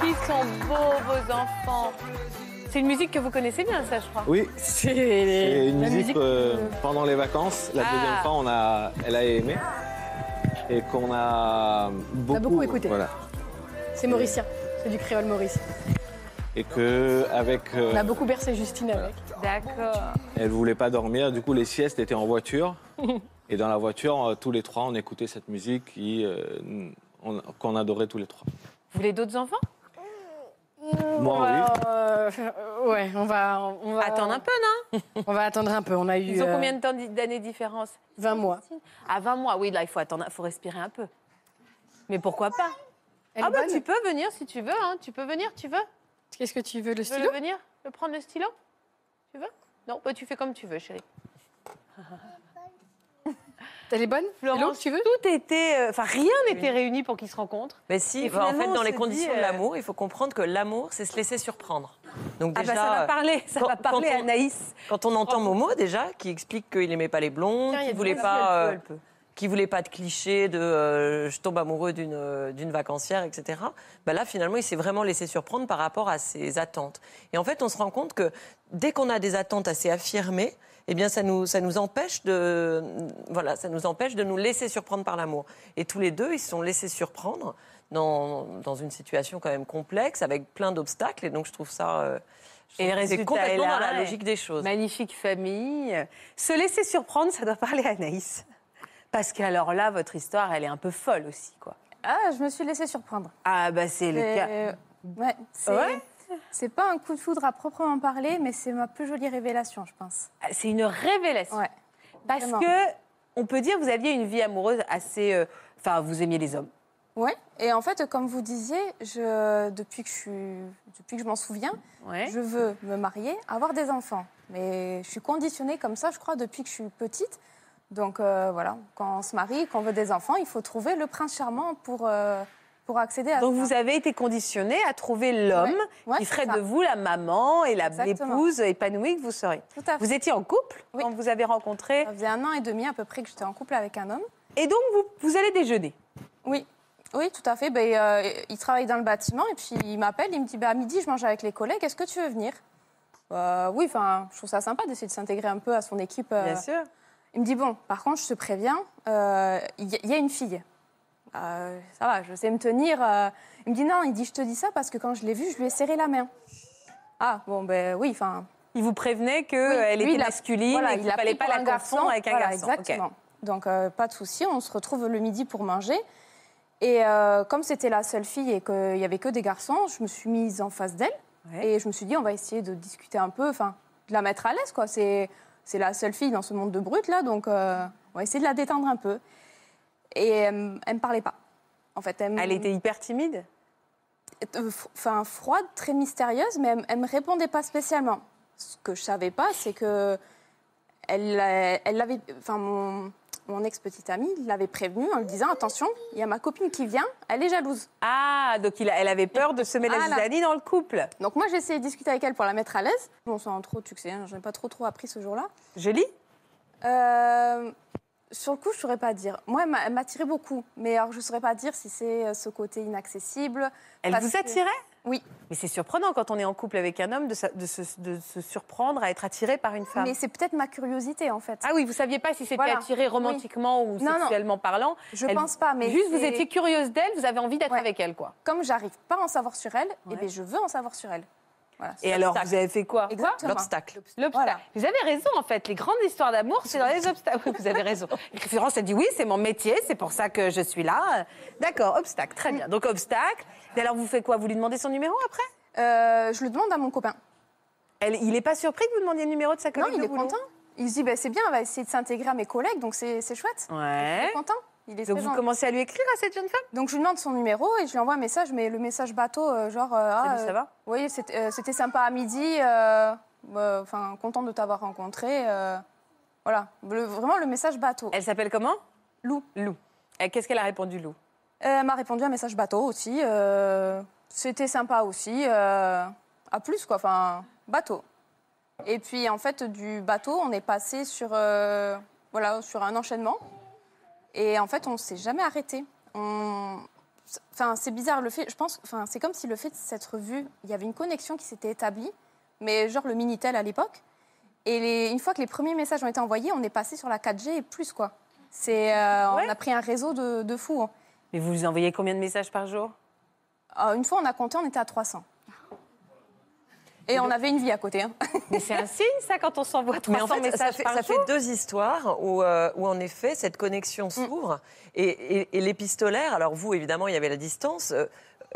[SPEAKER 7] Qui sont beaux vos enfants C'est une musique que vous connaissez bien, ça, je crois.
[SPEAKER 6] Oui,
[SPEAKER 4] C'est
[SPEAKER 6] et une
[SPEAKER 4] la
[SPEAKER 6] musique,
[SPEAKER 4] musique
[SPEAKER 6] euh,
[SPEAKER 4] de-
[SPEAKER 6] pendant les vacances. La
[SPEAKER 7] Ah.
[SPEAKER 6] deuxième fois, on a, elle a aimé et qu'on a beaucoup,
[SPEAKER 4] beaucoup écouté.
[SPEAKER 6] Voilà.
[SPEAKER 4] C'est mauricien. C'est du créole mauricien.
[SPEAKER 6] Et que avec, euh,
[SPEAKER 4] On a beaucoup bercé Justine avec.
[SPEAKER 7] D'accord.
[SPEAKER 6] elle voulait pas dormir. Du coup, les siestes étaient en voiture. et dans la voiture, euh, tous les trois, on écoutait cette musique qui, euh, on- qu'on adorait tous les trois.
[SPEAKER 7] Vous voulez d'autres enfants
[SPEAKER 6] Moi, oui.
[SPEAKER 4] Euh, euh, ouais, on va, on va
[SPEAKER 7] Attendre un peu, non
[SPEAKER 4] On va attendre un peu. On a eu
[SPEAKER 7] Ils ont
[SPEAKER 4] Bah, euh,
[SPEAKER 7] combien de temps d'i- d'années de différence
[SPEAKER 4] 20 mois.
[SPEAKER 7] À 20 mois, oui, là, il faut attendre, il faut respirer un peu. Mais pourquoi pas
[SPEAKER 4] Elle
[SPEAKER 7] Ah
[SPEAKER 4] est
[SPEAKER 7] bah,
[SPEAKER 4] bonne
[SPEAKER 7] tu peux venir si tu veux, hein. Tu peux venir, tu veux
[SPEAKER 4] Qu'est-ce que tu veux, le
[SPEAKER 7] Tu veux
[SPEAKER 4] stylo
[SPEAKER 7] le venir Le prendre le stylo Tu veux Non, bah, tu fais comme tu veux, chérie.
[SPEAKER 4] Elle est bonne Hello, tu veux
[SPEAKER 1] Tout était, euh, enfin rien n'était.
[SPEAKER 7] T'es réunis pour qu'ils se rencontrent.
[SPEAKER 8] Mais si,
[SPEAKER 1] Et
[SPEAKER 8] bah, en fait,
[SPEAKER 1] finalement, on
[SPEAKER 8] dans les
[SPEAKER 1] se
[SPEAKER 8] conditions
[SPEAKER 1] dit,
[SPEAKER 8] de
[SPEAKER 1] euh,
[SPEAKER 8] l'amour, il faut comprendre que l'amour, c'est se laisser surprendre. Donc
[SPEAKER 1] Ah
[SPEAKER 8] déjà,
[SPEAKER 1] bah ça va
[SPEAKER 8] euh,
[SPEAKER 1] parler, ça
[SPEAKER 8] quand-
[SPEAKER 1] va parler
[SPEAKER 8] quand on-
[SPEAKER 1] Anaïs.
[SPEAKER 8] quand on entend Momo déjà, qui explique qu'il n'aimait pas les
[SPEAKER 4] Oh.
[SPEAKER 8] blondes,
[SPEAKER 4] Tiens, il y a
[SPEAKER 8] qu'il
[SPEAKER 4] du
[SPEAKER 8] voulait
[SPEAKER 4] monde.
[SPEAKER 8] pas, euh,
[SPEAKER 1] Elle peut, elle peut.
[SPEAKER 8] qu'il voulait pas de clichés de euh, je tombe amoureux d'une euh, d'une vacancière, etc. Bah là, finalement, il s'est vraiment laissé surprendre par rapport à ses attentes. Et en fait, on se rend compte que dès qu'on a des attentes assez affirmées, eh bien, ça nous, ça nous empêche de, voilà, ça nous empêche de nous laisser surprendre par l'amour. Et tous les deux, ils se sont laissés surprendre dans, dans une situation quand même complexe, avec plein d'obstacles. Et donc, je trouve ça,
[SPEAKER 1] Et le
[SPEAKER 8] euh, je trouve que c'est
[SPEAKER 1] résultat
[SPEAKER 8] complètement
[SPEAKER 1] est là,
[SPEAKER 8] dans la
[SPEAKER 1] ouais.
[SPEAKER 8] logique des choses.
[SPEAKER 1] Magnifique famille. Se laisser surprendre, ça doit parler Anaïs. Parce qu'alors là, votre histoire, elle est un peu folle aussi, quoi.
[SPEAKER 5] Ah, je me suis laissée surprendre.
[SPEAKER 1] Ah bah c'est le cas.
[SPEAKER 5] Mais, ouais, c'est
[SPEAKER 1] Ouais.
[SPEAKER 5] c'est pas un coup de foudre à proprement parler, mais c'est ma plus jolie révélation, je pense.
[SPEAKER 1] Ah, C'est une révélation.
[SPEAKER 5] Ouais.
[SPEAKER 1] Parce
[SPEAKER 5] Vraiment.
[SPEAKER 1] que on peut dire que vous aviez une vie amoureuse assez. euh, Enfin, vous aimiez les hommes.
[SPEAKER 5] Ouais. Et en fait, comme vous disiez, je, depuis que je suis, depuis que je m'en souviens,
[SPEAKER 1] Ouais.
[SPEAKER 5] je veux me marier, avoir des enfants. Mais je suis conditionnée comme ça, je crois, depuis que je suis petite. Donc euh, voilà, quand on se marie, qu'on veut des enfants, il faut trouver le prince charmant pour euh, pour accéder à
[SPEAKER 1] Donc
[SPEAKER 5] ça.
[SPEAKER 1] vous avez été conditionné à trouver l'homme
[SPEAKER 5] Ouais,
[SPEAKER 1] qui
[SPEAKER 5] c'est
[SPEAKER 1] ferait
[SPEAKER 5] ça.
[SPEAKER 1] de vous la maman et la-
[SPEAKER 5] Exactement.
[SPEAKER 1] l'épouse épanouie que vous serez.
[SPEAKER 5] Tout à fait.
[SPEAKER 1] Vous étiez en couple
[SPEAKER 5] Oui.
[SPEAKER 1] quand vous avez rencontré.
[SPEAKER 5] Ça faisait un an et demi à peu près que j'étais en couple avec un homme.
[SPEAKER 1] Et donc vous, vous allez déjeuner.
[SPEAKER 5] Oui, oui, tout à fait. Ben, euh, il travaille dans le bâtiment et puis il m'appelle, il me dit ben, à midi, je mange avec les collègues, est-ce que tu veux venir Euh, Oui, enfin, je trouve ça sympa d'essayer de s'intégrer un peu à son équipe. euh.
[SPEAKER 1] sûr.
[SPEAKER 5] Il me dit bon, par contre, je te préviens, euh, il y, il y a une fille. Euh, ça va, je sais me tenir. euh. Il me dit non, il dit je te dis ça parce que quand je l'ai vue, je lui ai serré la main. Ah bon ben oui, enfin
[SPEAKER 1] Il vous prévenait que
[SPEAKER 5] Oui,
[SPEAKER 1] euh, elle
[SPEAKER 5] lui,
[SPEAKER 1] était
[SPEAKER 5] il a-
[SPEAKER 1] masculine
[SPEAKER 5] voilà,
[SPEAKER 1] et qu'il ne fallait
[SPEAKER 5] pris
[SPEAKER 1] pas
[SPEAKER 5] pour
[SPEAKER 1] la confondre avec un
[SPEAKER 5] Voilà,
[SPEAKER 1] garçon. Ok.
[SPEAKER 5] Exactement. Donc, euh, pas de souci, on se retrouve le midi pour manger. Et euh, comme c'était la seule fille et qu'il n'y avait que des garçons, je me suis mise en face d'elle.
[SPEAKER 1] Ouais.
[SPEAKER 5] Et je me suis dit, on va essayer de discuter un peu, enfin, de la mettre à l'aise, quoi. C'est, c'est la seule fille dans ce monde de brutes, là, donc euh, on va essayer de la détendre un peu. Et euh, elle ne me parlait pas. En fait, elle, me-
[SPEAKER 1] Elle était hyper timide.
[SPEAKER 5] euh, f- enfin, froide, très mystérieuse, mais elle, elle me répondait pas spécialement. Ce que je savais pas, c'est que elle, euh, elle avait, enfin, mon, mon ex-petite amie l'avait prévenu en lui disant Attention, il y a ma copine qui vient, elle est jalouse.
[SPEAKER 1] Ah, donc il a- elle avait peur de semer la
[SPEAKER 5] Ah là.
[SPEAKER 1] zizanie dans le couple.
[SPEAKER 5] Donc moi, j'ai essayé de discuter avec elle pour la mettre à l'aise. Bon, sans trop de succès, hein, je n'ai pas trop, trop appris ce jour-là.
[SPEAKER 1] Jolie
[SPEAKER 5] Euh, sur le coup, je saurais pas dire. Moi, elle m'a- elle m'attirait beaucoup, mais alors je saurais pas dire si c'est euh, ce côté inaccessible.
[SPEAKER 1] Elle
[SPEAKER 5] Parce
[SPEAKER 1] vous
[SPEAKER 5] que-
[SPEAKER 1] attirait
[SPEAKER 5] Oui.
[SPEAKER 1] Mais c'est surprenant quand on est en couple avec un homme de, sa- de se, de se surprendre à être attiré par une femme.
[SPEAKER 5] Mais c'est peut-être ma curiosité en fait.
[SPEAKER 1] Ah oui, vous saviez pas si c'était
[SPEAKER 5] Voilà.
[SPEAKER 1] attiré romantiquement ou
[SPEAKER 5] Non, non.
[SPEAKER 1] sexuellement parlant.
[SPEAKER 5] je
[SPEAKER 1] elle-
[SPEAKER 5] pense pas, mais
[SPEAKER 1] Juste, vous
[SPEAKER 5] c'est-
[SPEAKER 1] étiez curieuse d'elle, vous avez envie d'être
[SPEAKER 5] Ouais.
[SPEAKER 1] avec elle, quoi.
[SPEAKER 5] comme j'arrive pas à en savoir sur elle,
[SPEAKER 1] Ouais.
[SPEAKER 5] eh bien, je veux en savoir sur elle. Voilà.
[SPEAKER 1] Et alors, vous avez fait quoi
[SPEAKER 5] Exactement.
[SPEAKER 8] L'obstacle.
[SPEAKER 1] L'obstacle.
[SPEAKER 5] Voilà.
[SPEAKER 1] Vous avez raison, en fait. Les grandes histoires d'amour, c'est dans les obstacles. Oui, Vous avez raison. Florence a dit oui, c'est mon métier, c'est pour ça que je suis là. D'accord, obstacle, très bien. Donc, obstacle. Et alors, vous faites quoi Vous lui demandez son numéro après
[SPEAKER 5] Euh, je le demande à mon copain.
[SPEAKER 1] Elle- Il n'est pas surpris que vous demandiez le numéro de sa
[SPEAKER 5] Non,
[SPEAKER 1] collègue
[SPEAKER 5] il
[SPEAKER 1] de
[SPEAKER 5] est
[SPEAKER 1] boulot
[SPEAKER 5] content. Il se dit, bah, c'est bien, elle va essayer de s'intégrer à mes collègues, donc c'est c'est chouette. Il
[SPEAKER 1] Ouais.
[SPEAKER 5] est content. Il
[SPEAKER 1] Donc,
[SPEAKER 5] est très
[SPEAKER 1] vous
[SPEAKER 5] gentil.
[SPEAKER 1] commencez à lui écrire à cette jeune femme
[SPEAKER 5] Donc je lui demande son numéro et je lui envoie un message, mais le message bateau, euh, genre, euh, ah,
[SPEAKER 1] Salut,
[SPEAKER 5] euh,
[SPEAKER 1] ça va
[SPEAKER 5] Oui, c'était euh, c'était sympa à midi. euh, bah, Enfin, content de t'avoir rencontré. euh, voilà, Le- vraiment le message bateau.
[SPEAKER 1] Elle s'appelle comment
[SPEAKER 5] Lou.
[SPEAKER 1] Lou. Et Qu'est-ce qu'elle a répondu, Lou
[SPEAKER 5] Elle m'a répondu un message bateau aussi. euh, C'était sympa aussi. euh, à plus, quoi. Enfin, bateau. Et puis, en fait, du bateau, on est passé sur, euh, voilà, sur un enchaînement. Et en fait, on s'est jamais arrêté. On- Enfin, c'est bizarre le fait. Je pense. Enfin, c'est comme si le fait de s'être vu, il y avait une connexion qui s'était établie, mais genre le minitel à l'époque. Et les- une fois que les premiers messages ont été envoyés, on est passé sur la 4G et plus quoi. C'est, euh,
[SPEAKER 1] Ouais.
[SPEAKER 5] on a pris un réseau de, de fous. hein.
[SPEAKER 1] Mais vous lui envoyez combien de messages par jour
[SPEAKER 5] Euh, une fois, on a compté, on était à 300. Ah. Et on avait une vie à côté. hein.
[SPEAKER 1] Mais c'est un signe, ça, quand on s'envoie 300
[SPEAKER 8] Mais en fait, ça
[SPEAKER 1] messages
[SPEAKER 8] fait,
[SPEAKER 1] par
[SPEAKER 8] ça
[SPEAKER 1] jour.
[SPEAKER 8] fait deux histoires où, euh, où en effet, cette connexion s'ouvre. Et, et- et l'épistolaire, alors vous, évidemment, il y avait la distance. euh,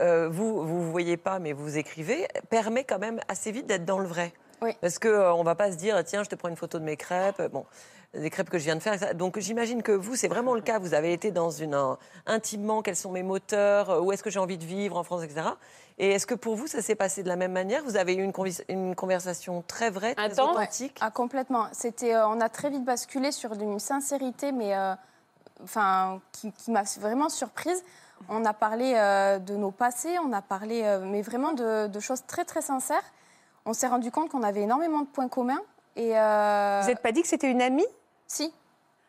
[SPEAKER 8] euh, vous ne vous voyez pas, mais vous écrivez, permet quand même assez vite d'être dans le vrai.
[SPEAKER 5] Oui.
[SPEAKER 8] Parce qu'on on ne va pas se dire, tiens, je te prends une photo de mes crêpes. Bon, des crêpes que je viens de faire. etc. Donc j'imagine que vous, c'est vraiment le cas. Vous avez été dans une euh, intimement, quels sont mes moteurs, euh, où est-ce que j'ai envie de vivre en France, etc. Et est-ce que pour vous, ça s'est passé de la même manière Vous avez eu une, convis- une conversation très vraie, très
[SPEAKER 7] Intense.
[SPEAKER 8] authentique.
[SPEAKER 5] <laughs> Ah, complètement. C'était, euh, on a très vite basculé sur une sincérité, mais euh, enfin, qui, qui m'a vraiment surprise. On a parlé euh, de nos passés, on a parlé, euh, mais vraiment de, de choses très très sincères. On s'est rendu compte qu'on avait énormément de points communs. Et euh,
[SPEAKER 1] Vous n'êtes pas dit que c'était une amie
[SPEAKER 5] si,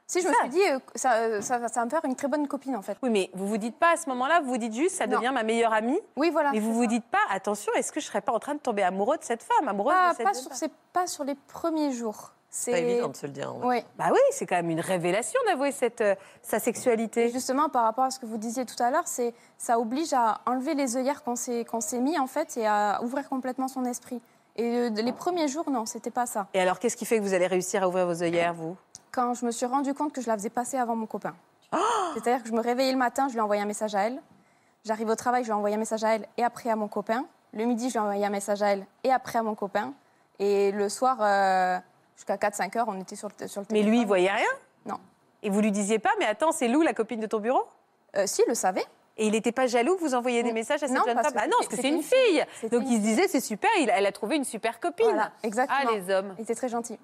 [SPEAKER 5] si, je me
[SPEAKER 1] Ça.
[SPEAKER 5] suis dit, euh, ça, euh, ça, va- ça va me faire une très bonne copine en fait.
[SPEAKER 1] Oui, mais vous vous dites pas à ce moment-là, vous vous dites juste, ça
[SPEAKER 5] Non.
[SPEAKER 1] devient ma meilleure amie.
[SPEAKER 5] Oui, voilà.
[SPEAKER 1] mais vous
[SPEAKER 5] Ah, c'est
[SPEAKER 1] vous
[SPEAKER 5] ça.
[SPEAKER 1] dites pas, attention, est-ce que je serais pas en train de tomber amoureux de cette femme, amoureuse
[SPEAKER 5] pas,
[SPEAKER 1] de cette
[SPEAKER 5] Ah, pas
[SPEAKER 1] jeune
[SPEAKER 5] sur,
[SPEAKER 1] femme
[SPEAKER 5] c'est pas sur les premiers jours.
[SPEAKER 8] C'est pas évident de se le dire. en vrai.
[SPEAKER 5] Oui.
[SPEAKER 1] Bah oui, c'est quand même une révélation d'avouer cette, euh, sa
[SPEAKER 5] Et
[SPEAKER 1] sexualité.
[SPEAKER 5] justement, par rapport à ce que vous disiez tout à l'heure, c'est ça oblige à enlever les œillères qu'on s'est qu'on s'est mis en fait et à ouvrir complètement son esprit. Et euh, les premiers jours, non, c'était pas ça.
[SPEAKER 1] Et alors, qu'est-ce qui fait que vous allez réussir à ouvrir vos œillères, vous
[SPEAKER 5] Quand je me suis rendu compte que je la faisais passer avant mon copain.
[SPEAKER 1] Oh
[SPEAKER 5] C'est-à-dire que je me réveillais le matin, je lui envoyais un message à elle. J'arrive au travail, je lui envoyais un message à elle et après à mon copain. Le midi, je lui envoyais un message à elle et après à mon copain. Et le soir, euh, jusqu'à 4-5 heures, on était sur le, sur le
[SPEAKER 1] Mais lui, il
[SPEAKER 5] téléphone.
[SPEAKER 1] voyait rien
[SPEAKER 5] Non.
[SPEAKER 1] Et vous lui disiez pas, mais attends, c'est Lou, la copine de ton bureau
[SPEAKER 5] Euh, si, il le savait.
[SPEAKER 1] et il n'était pas jaloux que vous envoyiez des
[SPEAKER 5] Mm.
[SPEAKER 1] messages à cette
[SPEAKER 5] Non,
[SPEAKER 1] jeune
[SPEAKER 5] parce
[SPEAKER 1] femme
[SPEAKER 5] que
[SPEAKER 1] Ah non, parce que
[SPEAKER 5] c'était-
[SPEAKER 1] c'est une
[SPEAKER 5] c'était
[SPEAKER 1] fille.
[SPEAKER 5] C'était
[SPEAKER 1] Donc
[SPEAKER 5] une
[SPEAKER 1] il se disait, c'est super, il- elle a trouvé une super copine.
[SPEAKER 5] Voilà, exactement.
[SPEAKER 1] Ah, les hommes.
[SPEAKER 5] Il était très gentil.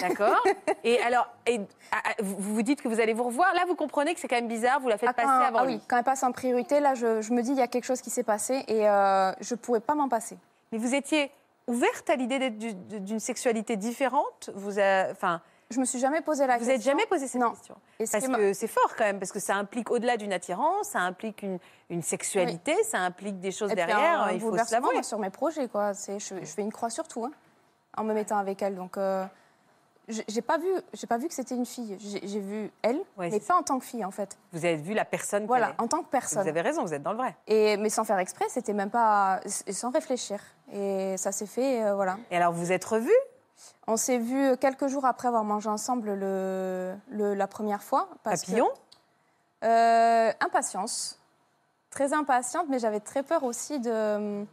[SPEAKER 1] D'accord.
[SPEAKER 5] <laughs>
[SPEAKER 1] et alors, et, ah, ah, vous vous dites que vous allez vous revoir. Là, vous comprenez que c'est quand même bizarre. Vous la faites
[SPEAKER 5] Ah, quand,
[SPEAKER 1] passer avant
[SPEAKER 5] ah
[SPEAKER 1] lui.
[SPEAKER 5] oui, quand elle passe en priorité, là, je, je me dis, il y a quelque chose qui s'est passé et euh, je ne pourrais pas m'en passer.
[SPEAKER 1] Mais vous étiez ouverte à l'idée d'être du- d'une sexualité différente. Vous, a- enfin,
[SPEAKER 5] Je me suis jamais posé la
[SPEAKER 1] vous
[SPEAKER 5] question.
[SPEAKER 1] n'êtes jamais posé cette
[SPEAKER 5] Non.
[SPEAKER 1] question.
[SPEAKER 5] Et ce
[SPEAKER 1] Parce
[SPEAKER 5] qui m'a-
[SPEAKER 1] que c'est fort quand même, parce que ça implique au-delà d'une attirance, ça implique une, une sexualité, ça implique des choses
[SPEAKER 5] et puis,
[SPEAKER 1] derrière. hein,
[SPEAKER 5] un
[SPEAKER 1] il faut se
[SPEAKER 5] bouleversement,
[SPEAKER 1] l'avouer.
[SPEAKER 5] moi, sur mes projets, quoi. C'est, je, je fais une croix sur tout, hein, en me mettant avec elle. Donc, euh, j'ai j'ai pas vu, j'ai pas vu que c'était une fille. J'ai, j'ai vu elle,
[SPEAKER 1] Ouais,
[SPEAKER 5] mais
[SPEAKER 1] c'est
[SPEAKER 5] pas en tant que fille, en fait.
[SPEAKER 1] Vous avez vu la personne. qu'elle
[SPEAKER 5] Voilà,
[SPEAKER 1] est.
[SPEAKER 5] en tant que personne.
[SPEAKER 1] Vous avez raison, vous êtes dans le vrai.
[SPEAKER 5] Et mais sans faire exprès, c'était même pas, sans réfléchir. Et ça s'est fait, euh, voilà.
[SPEAKER 1] Et alors, vous êtes revus
[SPEAKER 5] On s'est vu quelques jours après avoir mangé ensemble le, le- la première fois. parce que-
[SPEAKER 1] papillon.
[SPEAKER 5] Euh, Impatience. Très impatiente, mais j'avais très peur aussi de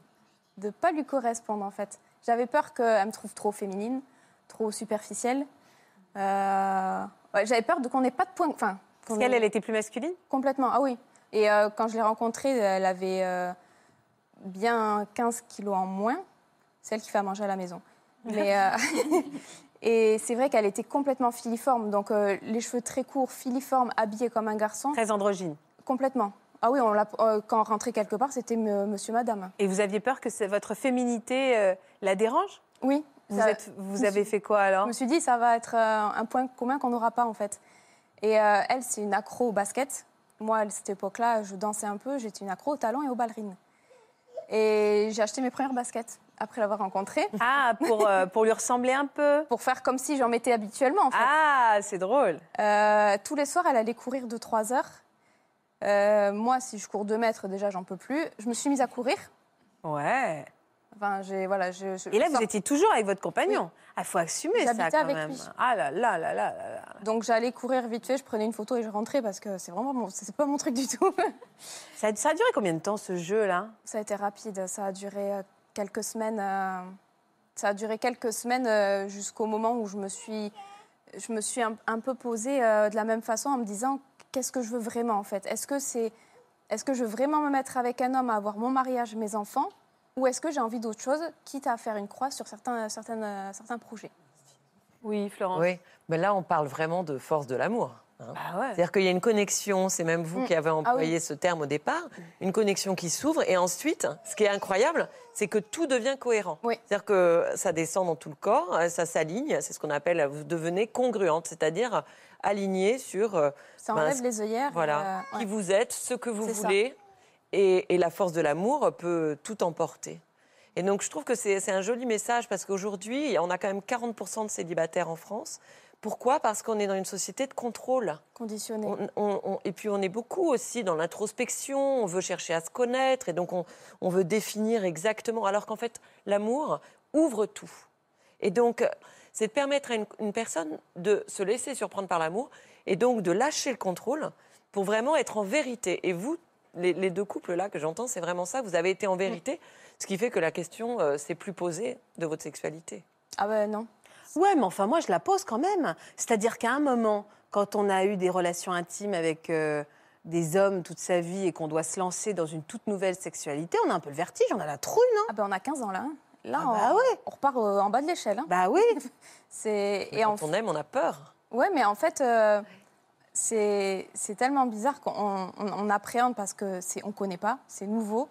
[SPEAKER 5] ne pas lui correspondre en fait. J'avais peur qu'elle me trouve trop féminine, trop superficielle. Euh, ouais, j'avais peur de qu'on n'ait pas de point. Enfin, qu'on
[SPEAKER 1] Parce qu'elle,
[SPEAKER 5] ait-
[SPEAKER 1] elle était plus masculine.
[SPEAKER 5] Complètement, ah oui. Et euh, quand je l'ai rencontrée, elle avait euh, bien 15 kilos en moins, celle qui fait à manger à la maison. Mais, euh, <laughs> Et c'est vrai qu'elle était complètement filiforme, donc euh, les cheveux très courts, filiformes, habillée comme un garçon,
[SPEAKER 1] Très androgyne.
[SPEAKER 5] complètement. Ah oui, on l'a- euh, quand on rentrait quelque part, c'était me- monsieur, madame.
[SPEAKER 1] Et vous aviez peur que c'est- votre féminité euh, la dérange
[SPEAKER 5] Oui,
[SPEAKER 1] vous,
[SPEAKER 5] ça-
[SPEAKER 1] êtes- vous avez fait quoi alors
[SPEAKER 5] Je me suis dit, ça va être euh, un point commun qu'on n'aura pas en fait. Et euh, elle, c'est une accro au basket. Moi, à cette époque-là, je dansais un peu, j'étais une accro au talon et aux ballerines. Et j'ai acheté mes premières baskets après l'avoir rencontrée
[SPEAKER 1] Ah, pour, euh, pour lui ressembler un peu.
[SPEAKER 5] pour faire comme si j'en mettais habituellement en fait.
[SPEAKER 1] Ah, c'est drôle. Ah.
[SPEAKER 5] Euh, tous les soirs, elle allait courir de 3 heures. Euh, moi, si je cours 2 mètres, déjà, j'en peux plus. Je me suis mise à courir.
[SPEAKER 1] Ouais.
[SPEAKER 5] Enfin, j'ai, voilà, je, je-
[SPEAKER 1] Et là,
[SPEAKER 5] je
[SPEAKER 1] vous
[SPEAKER 5] sors-
[SPEAKER 1] étiez toujours avec votre compagnon. Il faut assumer ça
[SPEAKER 5] J'habitais
[SPEAKER 1] quand
[SPEAKER 5] avec
[SPEAKER 1] même.
[SPEAKER 5] lui.
[SPEAKER 1] Ah là là là là là. là.
[SPEAKER 5] Donc, j'allais courir vite fait, je prenais une photo et je rentrais parce que c'est vraiment mon- c'est pas mon truc du tout. <laughs>
[SPEAKER 1] Ça, a- ça a duré combien de temps ce jeu-là
[SPEAKER 5] Ça a été rapide, ça a duré euh, quelques semaines. euh, Ça a duré quelques semaines euh, jusqu'au moment où je me suis, je me suis un, un peu posée euh, de la même façon en me disant qu'est-ce que je veux vraiment en fait Est-ce que c'est, est-ce que je veux vraiment me mettre avec un homme à avoir mon mariage, mes enfants ou est-ce que j'ai envie d'autre chose, quitte à faire une croix sur certains, certaines, euh, certains projets
[SPEAKER 1] Oui, Florence.
[SPEAKER 8] Oui, mais là, on parle vraiment de force de l'amour. hein.
[SPEAKER 1] Ah ouais.
[SPEAKER 8] C'est-à-dire qu'il y a une connexion, c'est même vous
[SPEAKER 5] Mm.
[SPEAKER 8] qui avez employé ce terme au départ, une connexion qui s'ouvre. Et ensuite, ce qui est incroyable, c'est que tout devient cohérent.
[SPEAKER 5] Oui.
[SPEAKER 8] C'est-à-dire que ça descend dans tout le corps, euh, ça s'aligne, c'est ce qu'on appelle, euh, vous devenez congruente, c'est-à-dire aligné sur euh,
[SPEAKER 5] Ça
[SPEAKER 8] Ben,
[SPEAKER 5] enlève
[SPEAKER 8] c'est-
[SPEAKER 5] les œillères.
[SPEAKER 8] voilà,
[SPEAKER 5] euh, ouais.
[SPEAKER 8] qui vous êtes, ce que vous
[SPEAKER 5] C'est ça.
[SPEAKER 8] voulez. Et, et la force de l'amour peut tout emporter. Et donc, je trouve que c'est c'est un joli message parce qu'aujourd'hui, on a quand même 40% de célibataires en France. Pourquoi Parce qu'on est dans une société de contrôle.
[SPEAKER 5] Conditionné.
[SPEAKER 8] On- on- on- et puis on est beaucoup aussi dans l'introspection, on veut chercher à se connaître et donc on, on veut définir exactement, alors qu'en fait l'amour ouvre tout. Et donc euh, c'est de permettre à une, une personne de se laisser surprendre par l'amour et donc de lâcher le contrôle pour vraiment être en vérité. Et vous, les, les deux couples là que j'entends, c'est vraiment ça, vous avez été en vérité, ce qui fait que la question euh, s'est plus posée de votre sexualité.
[SPEAKER 5] Ah ben non.
[SPEAKER 1] Ouais, mais enfin, moi, je la pose quand même. C'est-à-dire qu'à un moment, quand on a eu des relations intimes avec euh, des hommes toute sa vie et qu'on doit se lancer dans une toute nouvelle sexualité, on a un peu le vertige, on a la trouille, non
[SPEAKER 5] Ah ben on a 15 ans là. hein. Là,
[SPEAKER 1] Ah bah
[SPEAKER 5] on,
[SPEAKER 1] ouais.
[SPEAKER 5] on repart euh, en bas de l'échelle. hein.
[SPEAKER 1] Bah oui.
[SPEAKER 5] C'est
[SPEAKER 8] Et quand
[SPEAKER 5] en-
[SPEAKER 8] on aime, on a peur.
[SPEAKER 5] Ouais, mais en fait, euh, c'est c'est tellement bizarre qu'on on, on appréhende parce que c'est on connaît pas, c'est nouveau,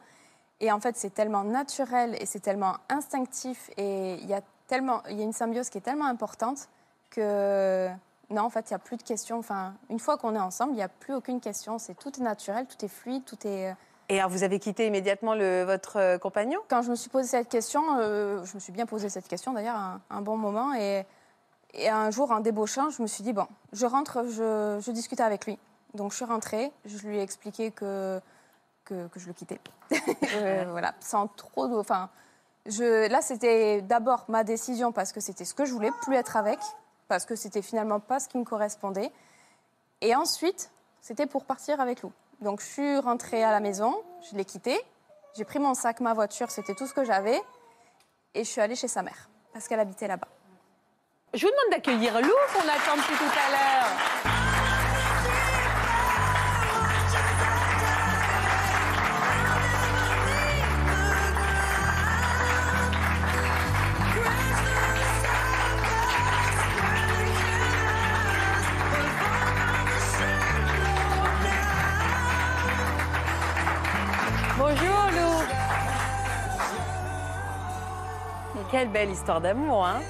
[SPEAKER 5] et en fait c'est tellement naturel et c'est tellement instinctif et il y a tellement il y a une symbiose qui est tellement importante que non en fait il y a plus de questions. Enfin, une fois qu'on est ensemble, il n'y a plus aucune question. C'est tout est naturel, tout est fluide, tout est. euh,
[SPEAKER 1] Et alors, vous avez quitté immédiatement le, votre euh, compagnon
[SPEAKER 5] Quand je me suis posé cette question, euh, je me suis bien posé cette question d'ailleurs à un, un bon moment et, et un jour en débauchant, je me suis dit bon, je rentre, je, je discute avec lui. Donc je suis rentrée, je lui ai expliqué que que, que je le quittais, <laughs> Euh, voilà, sans trop, de- enfin, je, là c'était d'abord ma décision parce que c'était ce que je voulais, plus être avec, parce que c'était finalement pas ce qui me correspondait. Et ensuite, c'était pour partir avec Lou. Donc je suis rentrée à la maison, je l'ai quitté, j'ai pris mon sac, ma voiture, c'était tout ce que j'avais, et je suis allée chez sa mère parce qu'elle habitait là-bas.
[SPEAKER 3] <laughs> Je vous demande d'accueillir Lou qu'on attend depuis tout à l'heure.
[SPEAKER 1] Bonjour, Lou. Mais Quelle belle histoire d'amour, hein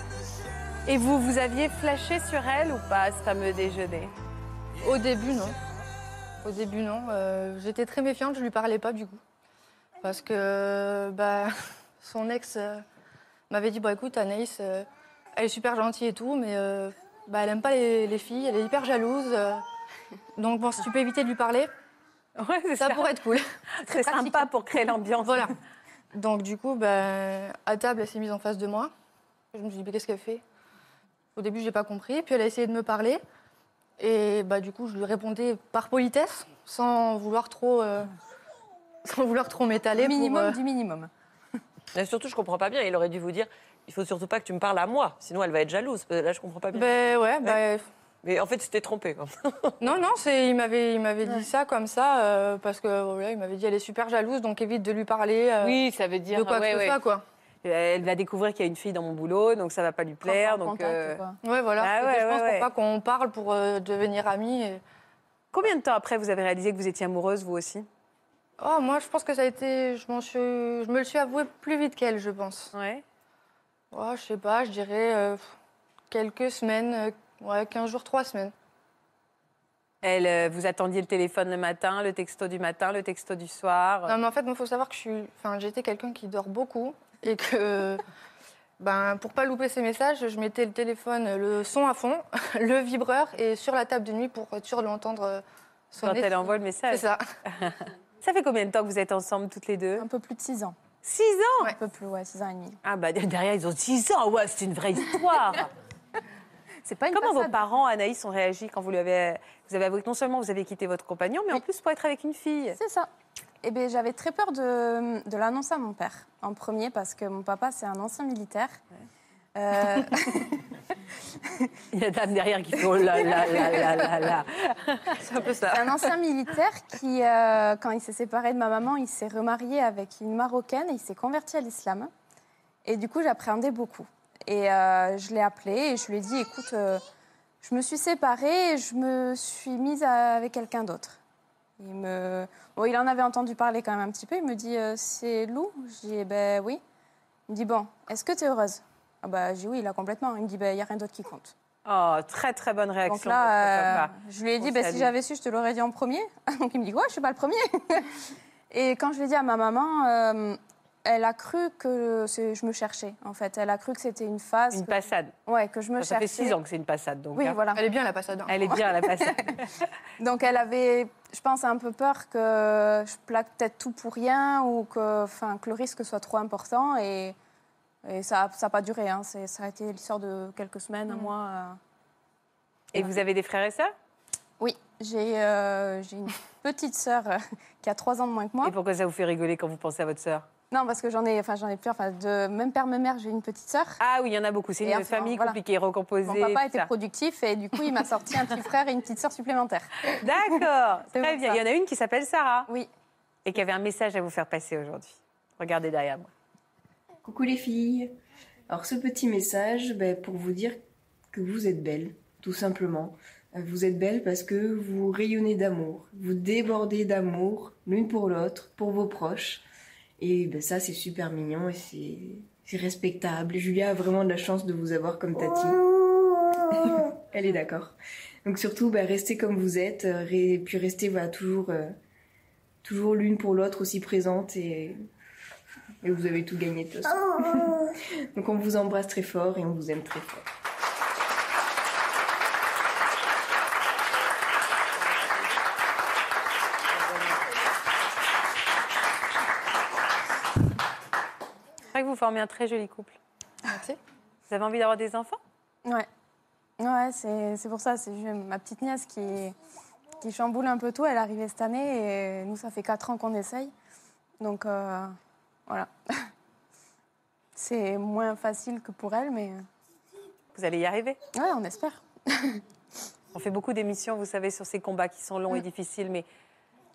[SPEAKER 1] Et vous, vous aviez flashé sur elle ou pas, ce fameux déjeuner
[SPEAKER 3] Au début, non. Au début, non. Euh, J'étais très méfiante, je lui parlais pas du coup. Parce que euh, bah, <laughs> son ex euh, m'avait dit Bon, écoute, Anaïs, euh, elle est super gentille et tout, mais euh, bah, elle aime pas les, les filles, elle est hyper jalouse. euh. donc, bon, si tu peux éviter de lui parler,
[SPEAKER 1] Ouais, c'est
[SPEAKER 3] ça pourrait être cool.
[SPEAKER 1] très
[SPEAKER 3] pratique.
[SPEAKER 1] sympa pour créer l'ambiance.
[SPEAKER 3] Voilà. Donc du coup, ben, à table, elle s'est mise en face de moi. Je me suis dit, mais qu'est-ce qu'elle fait Au début, je n'ai pas compris. Puis elle a essayé de me parler. Et bah, du coup, je lui répondais par politesse, sans vouloir trop, euh, <laughs> sans vouloir trop m'étaler.
[SPEAKER 5] Le
[SPEAKER 3] pour,
[SPEAKER 5] minimum
[SPEAKER 3] euh,
[SPEAKER 5] du minimum.
[SPEAKER 8] Mais surtout, je comprends pas bien. Il aurait dû vous dire, il faut surtout pas que tu me parles à moi, sinon elle va être jalouse. Euh, Là, je comprends pas bien.
[SPEAKER 3] Ben ouais, ben,
[SPEAKER 8] Mais en fait, c'était trompé. quoi.
[SPEAKER 3] non, non, c'est, il m'avait, il m'avait dit ça comme ça, euh, parce que voilà, il m'avait dit, elle est super jalouse, donc évite de lui parler. euh,
[SPEAKER 7] Oui, ça veut dire.
[SPEAKER 3] de quoi
[SPEAKER 7] ouais,
[SPEAKER 3] que ce
[SPEAKER 7] ouais.
[SPEAKER 3] soit, quoi.
[SPEAKER 1] elle va découvrir qu'il y a une fille dans mon boulot, donc ça va pas lui plaire.
[SPEAKER 5] Prendre
[SPEAKER 1] Donc,
[SPEAKER 5] contact,
[SPEAKER 1] euh,
[SPEAKER 5] quoi.
[SPEAKER 3] Ouais, voilà.
[SPEAKER 1] Ah
[SPEAKER 3] faut
[SPEAKER 1] ouais,
[SPEAKER 3] que je pense
[SPEAKER 1] ouais, ouais.
[SPEAKER 3] pour pas qu'on parle pour euh, devenir amis. et-
[SPEAKER 1] Combien de temps après vous avez réalisé que vous étiez amoureuse, vous aussi
[SPEAKER 3] Oh, moi, je pense que ça a été. Je, m'en suis... je me le suis avoué plus vite qu'elle, je pense.
[SPEAKER 1] Ouais.
[SPEAKER 3] Oh, je sais pas, je dirais euh, quelques semaines, euh, ouais, 15 jours, 3 semaines.
[SPEAKER 1] Elle, euh, vous attendiez le téléphone le matin, le texto du matin, le texto du soir.
[SPEAKER 3] Non, mais en fait, il faut savoir que je suis. Enfin, j'étais quelqu'un qui dort beaucoup
[SPEAKER 1] <laughs>
[SPEAKER 3] et que. Ben, pour pas louper ses messages, je mettais le téléphone, le son à fond, <laughs> le vibreur et sur la table de nuit pour être sûr de l'entendre euh,
[SPEAKER 1] quand
[SPEAKER 3] sonner.
[SPEAKER 1] elle envoie le
[SPEAKER 3] C'est
[SPEAKER 1] message. Ça.
[SPEAKER 3] ça.
[SPEAKER 1] fait combien de temps que vous êtes ensemble toutes les deux
[SPEAKER 5] Un peu plus de 6 ans.
[SPEAKER 1] Six ans
[SPEAKER 5] Un peu plus, ouais, 6 ans et demi.
[SPEAKER 1] Ah bah <laughs> derrière ils ont six ans, ouais, c'est une vraie histoire.
[SPEAKER 5] <laughs> C'est pas une
[SPEAKER 1] Comment vos
[SPEAKER 5] passade.
[SPEAKER 1] parents, Anaïs, ont réagi quand vous lui avez, vous avez avoué que non seulement vous avez quitté votre compagnon, mais en plus pour être avec une
[SPEAKER 5] <laughs>
[SPEAKER 1] fille
[SPEAKER 5] C'est ça. Eh bien, j'avais très peur de, de l'annoncer à mon père, en premier, parce que mon papa, c'est un ancien militaire. Euh,
[SPEAKER 1] Il y a dame derrière qui fait oh là là là là là là. <laughs> C'est un peu ça.
[SPEAKER 5] c'est un ancien militaire qui, euh, quand il s'est séparé de ma maman, il s'est remarié avec une Marocaine et il s'est converti à l'islam. Et du coup, j'appréhendais beaucoup. Et euh, je l'ai appelé et je lui ai dit, écoute, euh, je me suis séparée et je me suis mise à- avec quelqu'un d'autre. Il, me... bon, il en avait entendu parler quand même un petit peu. Il me dit, euh, c'est Lou Je dis, eh ben oui. Il me dit, bon, est-ce que tu es heureuse ah bah, J'ai dit, oui, là, complètement. Il me dit, ben, il n'y a rien d'autre qui compte.
[SPEAKER 1] Oh, très très bonne réaction.
[SPEAKER 5] Donc là,
[SPEAKER 1] de
[SPEAKER 5] euh,
[SPEAKER 1] votre papa.
[SPEAKER 5] je lui ai
[SPEAKER 1] On
[SPEAKER 5] dit, bah,
[SPEAKER 1] salue.
[SPEAKER 5] si j'avais su, je te l'aurais dit en premier. <laughs> Donc il me dit, ouais, je suis pas le premier. <laughs> Et quand je l'ai dit à ma maman, euh, elle a cru que c'est- je me cherchais, en fait. Elle a cru que c'était une phase.
[SPEAKER 1] Une
[SPEAKER 5] que,
[SPEAKER 1] passade.
[SPEAKER 5] ouais, que je me
[SPEAKER 1] Ça, ça fait
[SPEAKER 5] cherchais.
[SPEAKER 1] six ans que c'est une passade, donc.
[SPEAKER 5] Oui,
[SPEAKER 1] hein.
[SPEAKER 5] voilà.
[SPEAKER 3] Elle est bien, la passade. hein.
[SPEAKER 1] Elle est bien la
[SPEAKER 5] <laughs>
[SPEAKER 1] passade.
[SPEAKER 5] Donc elle avait, je pense, un peu peur que je plaque peut-être tout pour rien ou que, enfin, que le risque soit trop important. Et, et ça n'a pas duré. hein. C'est- Ça a été l'histoire de quelques semaines,
[SPEAKER 1] Mm.
[SPEAKER 5] un mois. euh.
[SPEAKER 1] Et vous avez des frères et sœurs
[SPEAKER 5] Oui, j'ai
[SPEAKER 1] <laughs>
[SPEAKER 5] euh, j'ai une petite sœur euh, qui a trois ans de moins que moi.
[SPEAKER 1] Et pourquoi ça vous fait rigoler quand vous pensez à votre sœur
[SPEAKER 5] Non, parce que j'en ai, enfin, j'en ai plusieurs. Enfin, de même père, même mère, j'ai une petite sœur.
[SPEAKER 1] Ah oui, il y en a beaucoup. C'est
[SPEAKER 5] Et
[SPEAKER 1] une
[SPEAKER 5] enfin,
[SPEAKER 1] famille
[SPEAKER 5] voilà.
[SPEAKER 1] compliquée, recomposée.
[SPEAKER 5] Mon papa
[SPEAKER 1] tout
[SPEAKER 5] était
[SPEAKER 1] ça.
[SPEAKER 5] productif et du
[SPEAKER 1] <laughs>
[SPEAKER 5] coup, il m'a sorti un petit frère et une petite sœur supplémentaire.
[SPEAKER 1] D'accord,
[SPEAKER 5] C'est
[SPEAKER 1] très
[SPEAKER 5] pour
[SPEAKER 1] bien.
[SPEAKER 5] ça.
[SPEAKER 1] Il y en a une qui s'appelle Sarah
[SPEAKER 5] Oui.
[SPEAKER 1] et qui avait un message à vous faire passer aujourd'hui. Regardez derrière moi.
[SPEAKER 9] Coucou les filles. Alors ce petit message ben, pour vous dire que vous êtes belle, tout simplement. Euh, Vous êtes belle parce que vous rayonnez d'amour, vous débordez d'amour l'une pour l'autre, pour vos proches. Et ben, ça c'est super mignon et c'est, c'est respectable. Et Julia a vraiment de la chance de vous avoir comme Tati.
[SPEAKER 1] <laughs>
[SPEAKER 9] Elle est d'accord. Donc surtout ben, restez comme vous êtes, euh, et puis restez voilà, toujours, euh, toujours l'une pour l'autre aussi présente et et vous avez tout gagné de toute façon.
[SPEAKER 1] Ah.
[SPEAKER 9] <laughs> Donc on vous embrasse très fort et on vous aime très fort.
[SPEAKER 1] C'est vrai que vous formez un très joli couple.
[SPEAKER 5] Ah,
[SPEAKER 3] Merci.
[SPEAKER 1] Vous avez envie d'avoir des enfants
[SPEAKER 5] Ouais. Ouais, c'est c'est pour ça. C'est juste ma petite nièce qui, qui chamboule un peu tout. Elle est arrivée cette année et nous, ça fait quatre ans qu'on essaye. Donc, euh, voilà. <laughs> C'est moins facile que pour elle, mais
[SPEAKER 1] Vous allez y arriver.
[SPEAKER 5] ouais, on espère.
[SPEAKER 1] On fait beaucoup d'émissions, vous savez, sur ces combats qui sont
[SPEAKER 5] Mm.
[SPEAKER 1] longs et difficiles, mais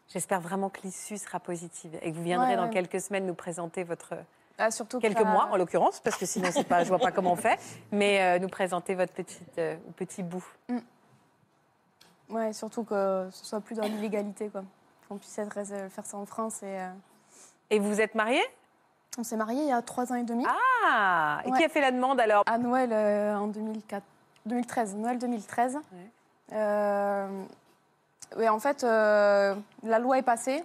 [SPEAKER 1] j'espère vraiment que l'issue sera positive et que vous viendrez
[SPEAKER 5] Ouais,
[SPEAKER 1] dans
[SPEAKER 5] ouais.
[SPEAKER 1] quelques semaines nous présenter votre
[SPEAKER 5] Ah, surtout que
[SPEAKER 1] quelques
[SPEAKER 5] la-
[SPEAKER 1] mois en l'occurrence, parce que sinon c'est pas, je vois pas comment on fait, mais euh, nous présenter votre petite euh, petit bout.
[SPEAKER 5] Ouais, surtout que ce soit plus dans l'illégalité, quoi. Qu'on puisse être- faire ça en France et. euh,
[SPEAKER 1] Et vous vous êtes mariés
[SPEAKER 5] On s'est mariés il y a trois ans et demi.
[SPEAKER 1] Ah Et qui
[SPEAKER 5] Ouais.
[SPEAKER 1] a fait la demande alors
[SPEAKER 5] À Noël euh, en 2004 2013. Noël 2013. Euh, ouais, en fait, euh, la loi est passée.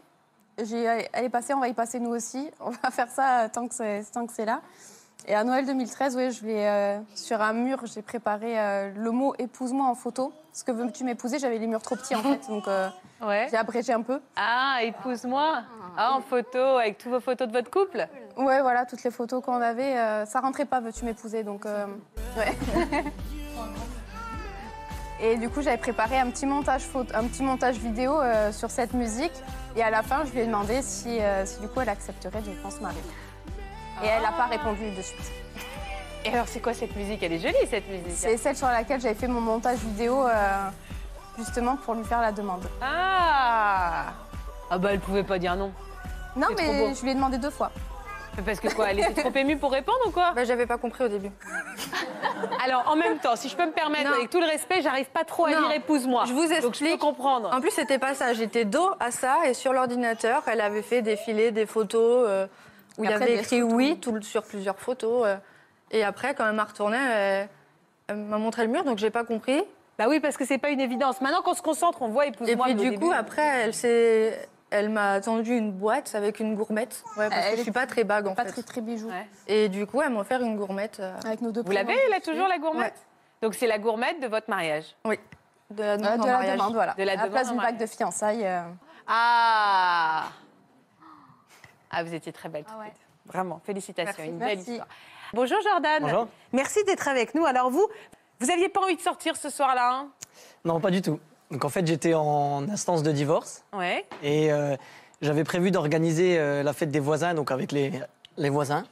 [SPEAKER 5] J'ai- elle est passée, on va y passer nous aussi. <laughs> On va faire ça euh, tant que c'est, tant que c'est là. Et à Noël 2013, ouais, je l'ai, euh, sur un mur, j'ai préparé euh, le mot épouse-moi en photo. Parce que veux-tu m'épouser J'avais les murs trop petits en fait, donc euh,
[SPEAKER 7] Ouais.
[SPEAKER 5] j'ai abrégé un peu.
[SPEAKER 7] Ah, épouse-moi. Ah, en photo, avec toutes vos photos de votre couple.
[SPEAKER 5] Ouais, voilà, toutes les photos qu'on avait, euh, ça rentrait pas, veux-tu m'épouser Donc, euh, ouais. <laughs> Et du coup, j'avais préparé un petit montage, photo, un petit montage vidéo euh, sur cette musique. Et à la fin, je lui ai demandé si, euh, si du coup, elle accepterait de qu'on se marier. Et elle n'a pas répondu de suite.
[SPEAKER 7] Et alors, c'est quoi cette musique Elle est jolie, cette musique.
[SPEAKER 5] C'est celle sur laquelle j'avais fait mon montage vidéo, euh, justement, pour lui faire la demande.
[SPEAKER 7] Ah Ah bah, elle pouvait pas dire non.
[SPEAKER 5] Non,
[SPEAKER 7] C'est trop beau.
[SPEAKER 5] mais je lui ai demandé deux fois.
[SPEAKER 7] Parce que quoi, elle était trop émue pour répondre ou quoi
[SPEAKER 3] Bah, j'avais pas compris au début.
[SPEAKER 7] Alors, en même temps, si je peux me permettre,
[SPEAKER 3] Non.
[SPEAKER 7] avec tout le respect, j'arrive pas trop à
[SPEAKER 3] Non.
[SPEAKER 7] lire épouse-moi.
[SPEAKER 3] Je vous
[SPEAKER 7] Donc je peux
[SPEAKER 3] explique.
[SPEAKER 7] comprendre.
[SPEAKER 3] En plus, c'était pas ça. J'étais dos à ça et sur l'ordinateur, elle avait fait défiler des photos euh, où il y
[SPEAKER 5] Après,
[SPEAKER 3] avait
[SPEAKER 5] bien
[SPEAKER 3] écrit oui tout, le- sur plusieurs photos. euh. et après, quand elle m'a retourné, elle, elle m'a montré le mur, donc j'ai pas compris.
[SPEAKER 7] Bah oui, parce que c'est pas une évidence. Maintenant qu'on se concentre, on voit
[SPEAKER 3] Et
[SPEAKER 7] épouse-moi.
[SPEAKER 3] puis
[SPEAKER 7] mais au
[SPEAKER 3] du
[SPEAKER 7] début-
[SPEAKER 3] coup, après, elle s'est, elle m'a tendu une boîte avec une gourmette. Ouais, parce que
[SPEAKER 5] Elle
[SPEAKER 3] je suis pas très bague en
[SPEAKER 5] Pas
[SPEAKER 3] fait.
[SPEAKER 5] très très bijoux.
[SPEAKER 7] Ouais.
[SPEAKER 3] Et du coup, elle m'a offert une gourmette euh,
[SPEAKER 5] Avec nos deux
[SPEAKER 7] Vous l'avez, là, toujours, la gourmette Donc c'est la gourmette de votre mariage.
[SPEAKER 3] de la
[SPEAKER 5] Euh, De
[SPEAKER 3] demande en
[SPEAKER 5] la
[SPEAKER 3] mariage.
[SPEAKER 5] demande, voilà.
[SPEAKER 7] De la
[SPEAKER 5] à la
[SPEAKER 7] demande
[SPEAKER 5] place
[SPEAKER 7] en
[SPEAKER 5] d'une
[SPEAKER 7] mariage.
[SPEAKER 5] bague de fiançailles. euh,
[SPEAKER 7] Ah Ah, vous étiez très belle. toutes
[SPEAKER 2] Ah ouais.
[SPEAKER 7] les deux. Vraiment, félicitations,
[SPEAKER 5] Merci.
[SPEAKER 7] une belle
[SPEAKER 5] Merci.
[SPEAKER 7] histoire. Bonjour Jordan.
[SPEAKER 10] Bonjour.
[SPEAKER 7] Merci d'être avec nous. Alors vous, vous aviez pas envie de sortir ce soir-là hein
[SPEAKER 10] Non, pas du tout. Donc en fait, j'étais en instance de divorce
[SPEAKER 7] Ouais.
[SPEAKER 10] et euh, j'avais prévu d'organiser euh, la fête des voisins, donc avec les, les voisins.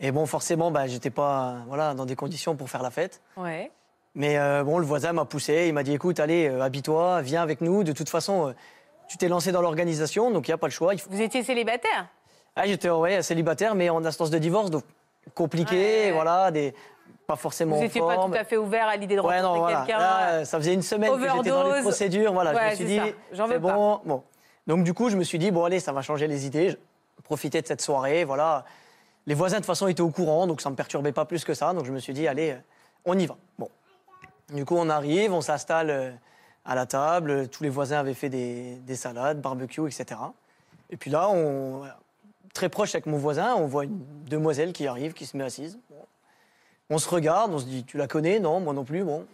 [SPEAKER 10] Et bon, forcément, bah, j'étais pas euh, voilà, dans des conditions pour faire la fête.
[SPEAKER 7] Ouais.
[SPEAKER 10] Mais euh, bon, le voisin m'a poussé, il m'a dit écoute, allez, euh, habille-toi, viens avec nous. De toute façon, euh, tu t'es lancé dans l'organisation, donc il n'y a pas le choix. Il faut-
[SPEAKER 7] Vous étiez célibataire
[SPEAKER 10] Ah, j'étais ouais, célibataire, mais en instance de divorce, donc compliqué,
[SPEAKER 7] Ouais.
[SPEAKER 10] voilà, des, pas forcément
[SPEAKER 7] Vous
[SPEAKER 10] en
[SPEAKER 7] n'étiez pas
[SPEAKER 10] forme.
[SPEAKER 7] tout à fait ouvert à l'idée de
[SPEAKER 10] Ouais,
[SPEAKER 7] rencontrer
[SPEAKER 10] non, voilà.
[SPEAKER 7] quelqu'un.
[SPEAKER 10] Là, euh, ça faisait une semaine que j'étais dans les
[SPEAKER 7] Overdose.
[SPEAKER 10] procédures. Voilà,
[SPEAKER 7] Ouais,
[SPEAKER 10] je me suis
[SPEAKER 7] c'est
[SPEAKER 10] dit,
[SPEAKER 7] ça. J'en
[SPEAKER 10] c'est
[SPEAKER 7] veux pas.
[SPEAKER 10] bon. bon. Donc, du coup, je me suis dit, bon, allez, ça va changer les idées. Je- Profiter de cette soirée, voilà. Les voisins, de toute façon, étaient au courant, donc ça ne me perturbait pas plus que ça. Donc, je me suis dit, allez, euh, on y va. Bon. Du coup, on arrive, on s'installe euh, à la table. Tous les voisins avaient fait des, des salades, barbecue, etc. Et puis là, on, voilà, très proche avec mon voisin, on voit une demoiselle qui arrive, qui se met assise. Bon. On se regarde, on se dit, tu la connais Non, moi non plus. Bon,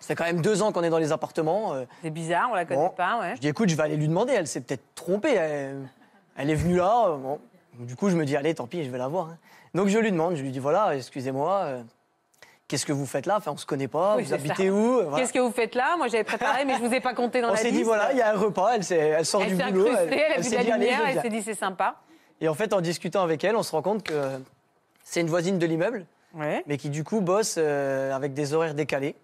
[SPEAKER 10] ça fait quand même deux ans qu'on est dans les appartements. euh,
[SPEAKER 7] C'est bizarre, on la connaît
[SPEAKER 10] Bon.
[SPEAKER 7] pas, ouais.
[SPEAKER 10] je dis, écoute, je vais aller lui demander. Elle s'est peut-être trompée. Elle, elle est venue là. euh, bon. Du coup, je me dis, allez, tant pis, je vais la voir. hein. Donc, je lui demande, je lui dis, voilà, excusez-moi, euh, qu'est-ce que vous faites là Enfin, on se connaît pas,
[SPEAKER 7] Oui,
[SPEAKER 10] vous
[SPEAKER 7] c'est
[SPEAKER 10] habitez
[SPEAKER 7] ça.
[SPEAKER 10] où Voilà.
[SPEAKER 7] Qu'est-ce que vous faites là Moi j'avais préparé, mais je vous ai pas compté dans
[SPEAKER 10] On
[SPEAKER 7] la
[SPEAKER 10] s'est
[SPEAKER 7] liste.
[SPEAKER 10] dit, voilà, il y a un repas, elle, s'est- elle sort
[SPEAKER 7] elle
[SPEAKER 10] du
[SPEAKER 7] s'est
[SPEAKER 10] boulot.
[SPEAKER 7] incrustée, elle, a vu de
[SPEAKER 10] s'est
[SPEAKER 7] la
[SPEAKER 10] dit, allez, je
[SPEAKER 7] lumière, elle
[SPEAKER 10] viens.
[SPEAKER 7] s'est dit c'est sympa.
[SPEAKER 10] Et en fait, en discutant avec elle, on se rend compte que c'est une voisine de l'immeuble.
[SPEAKER 7] Ouais.
[SPEAKER 10] mais qui du coup bosse euh, avec des horaires décalés.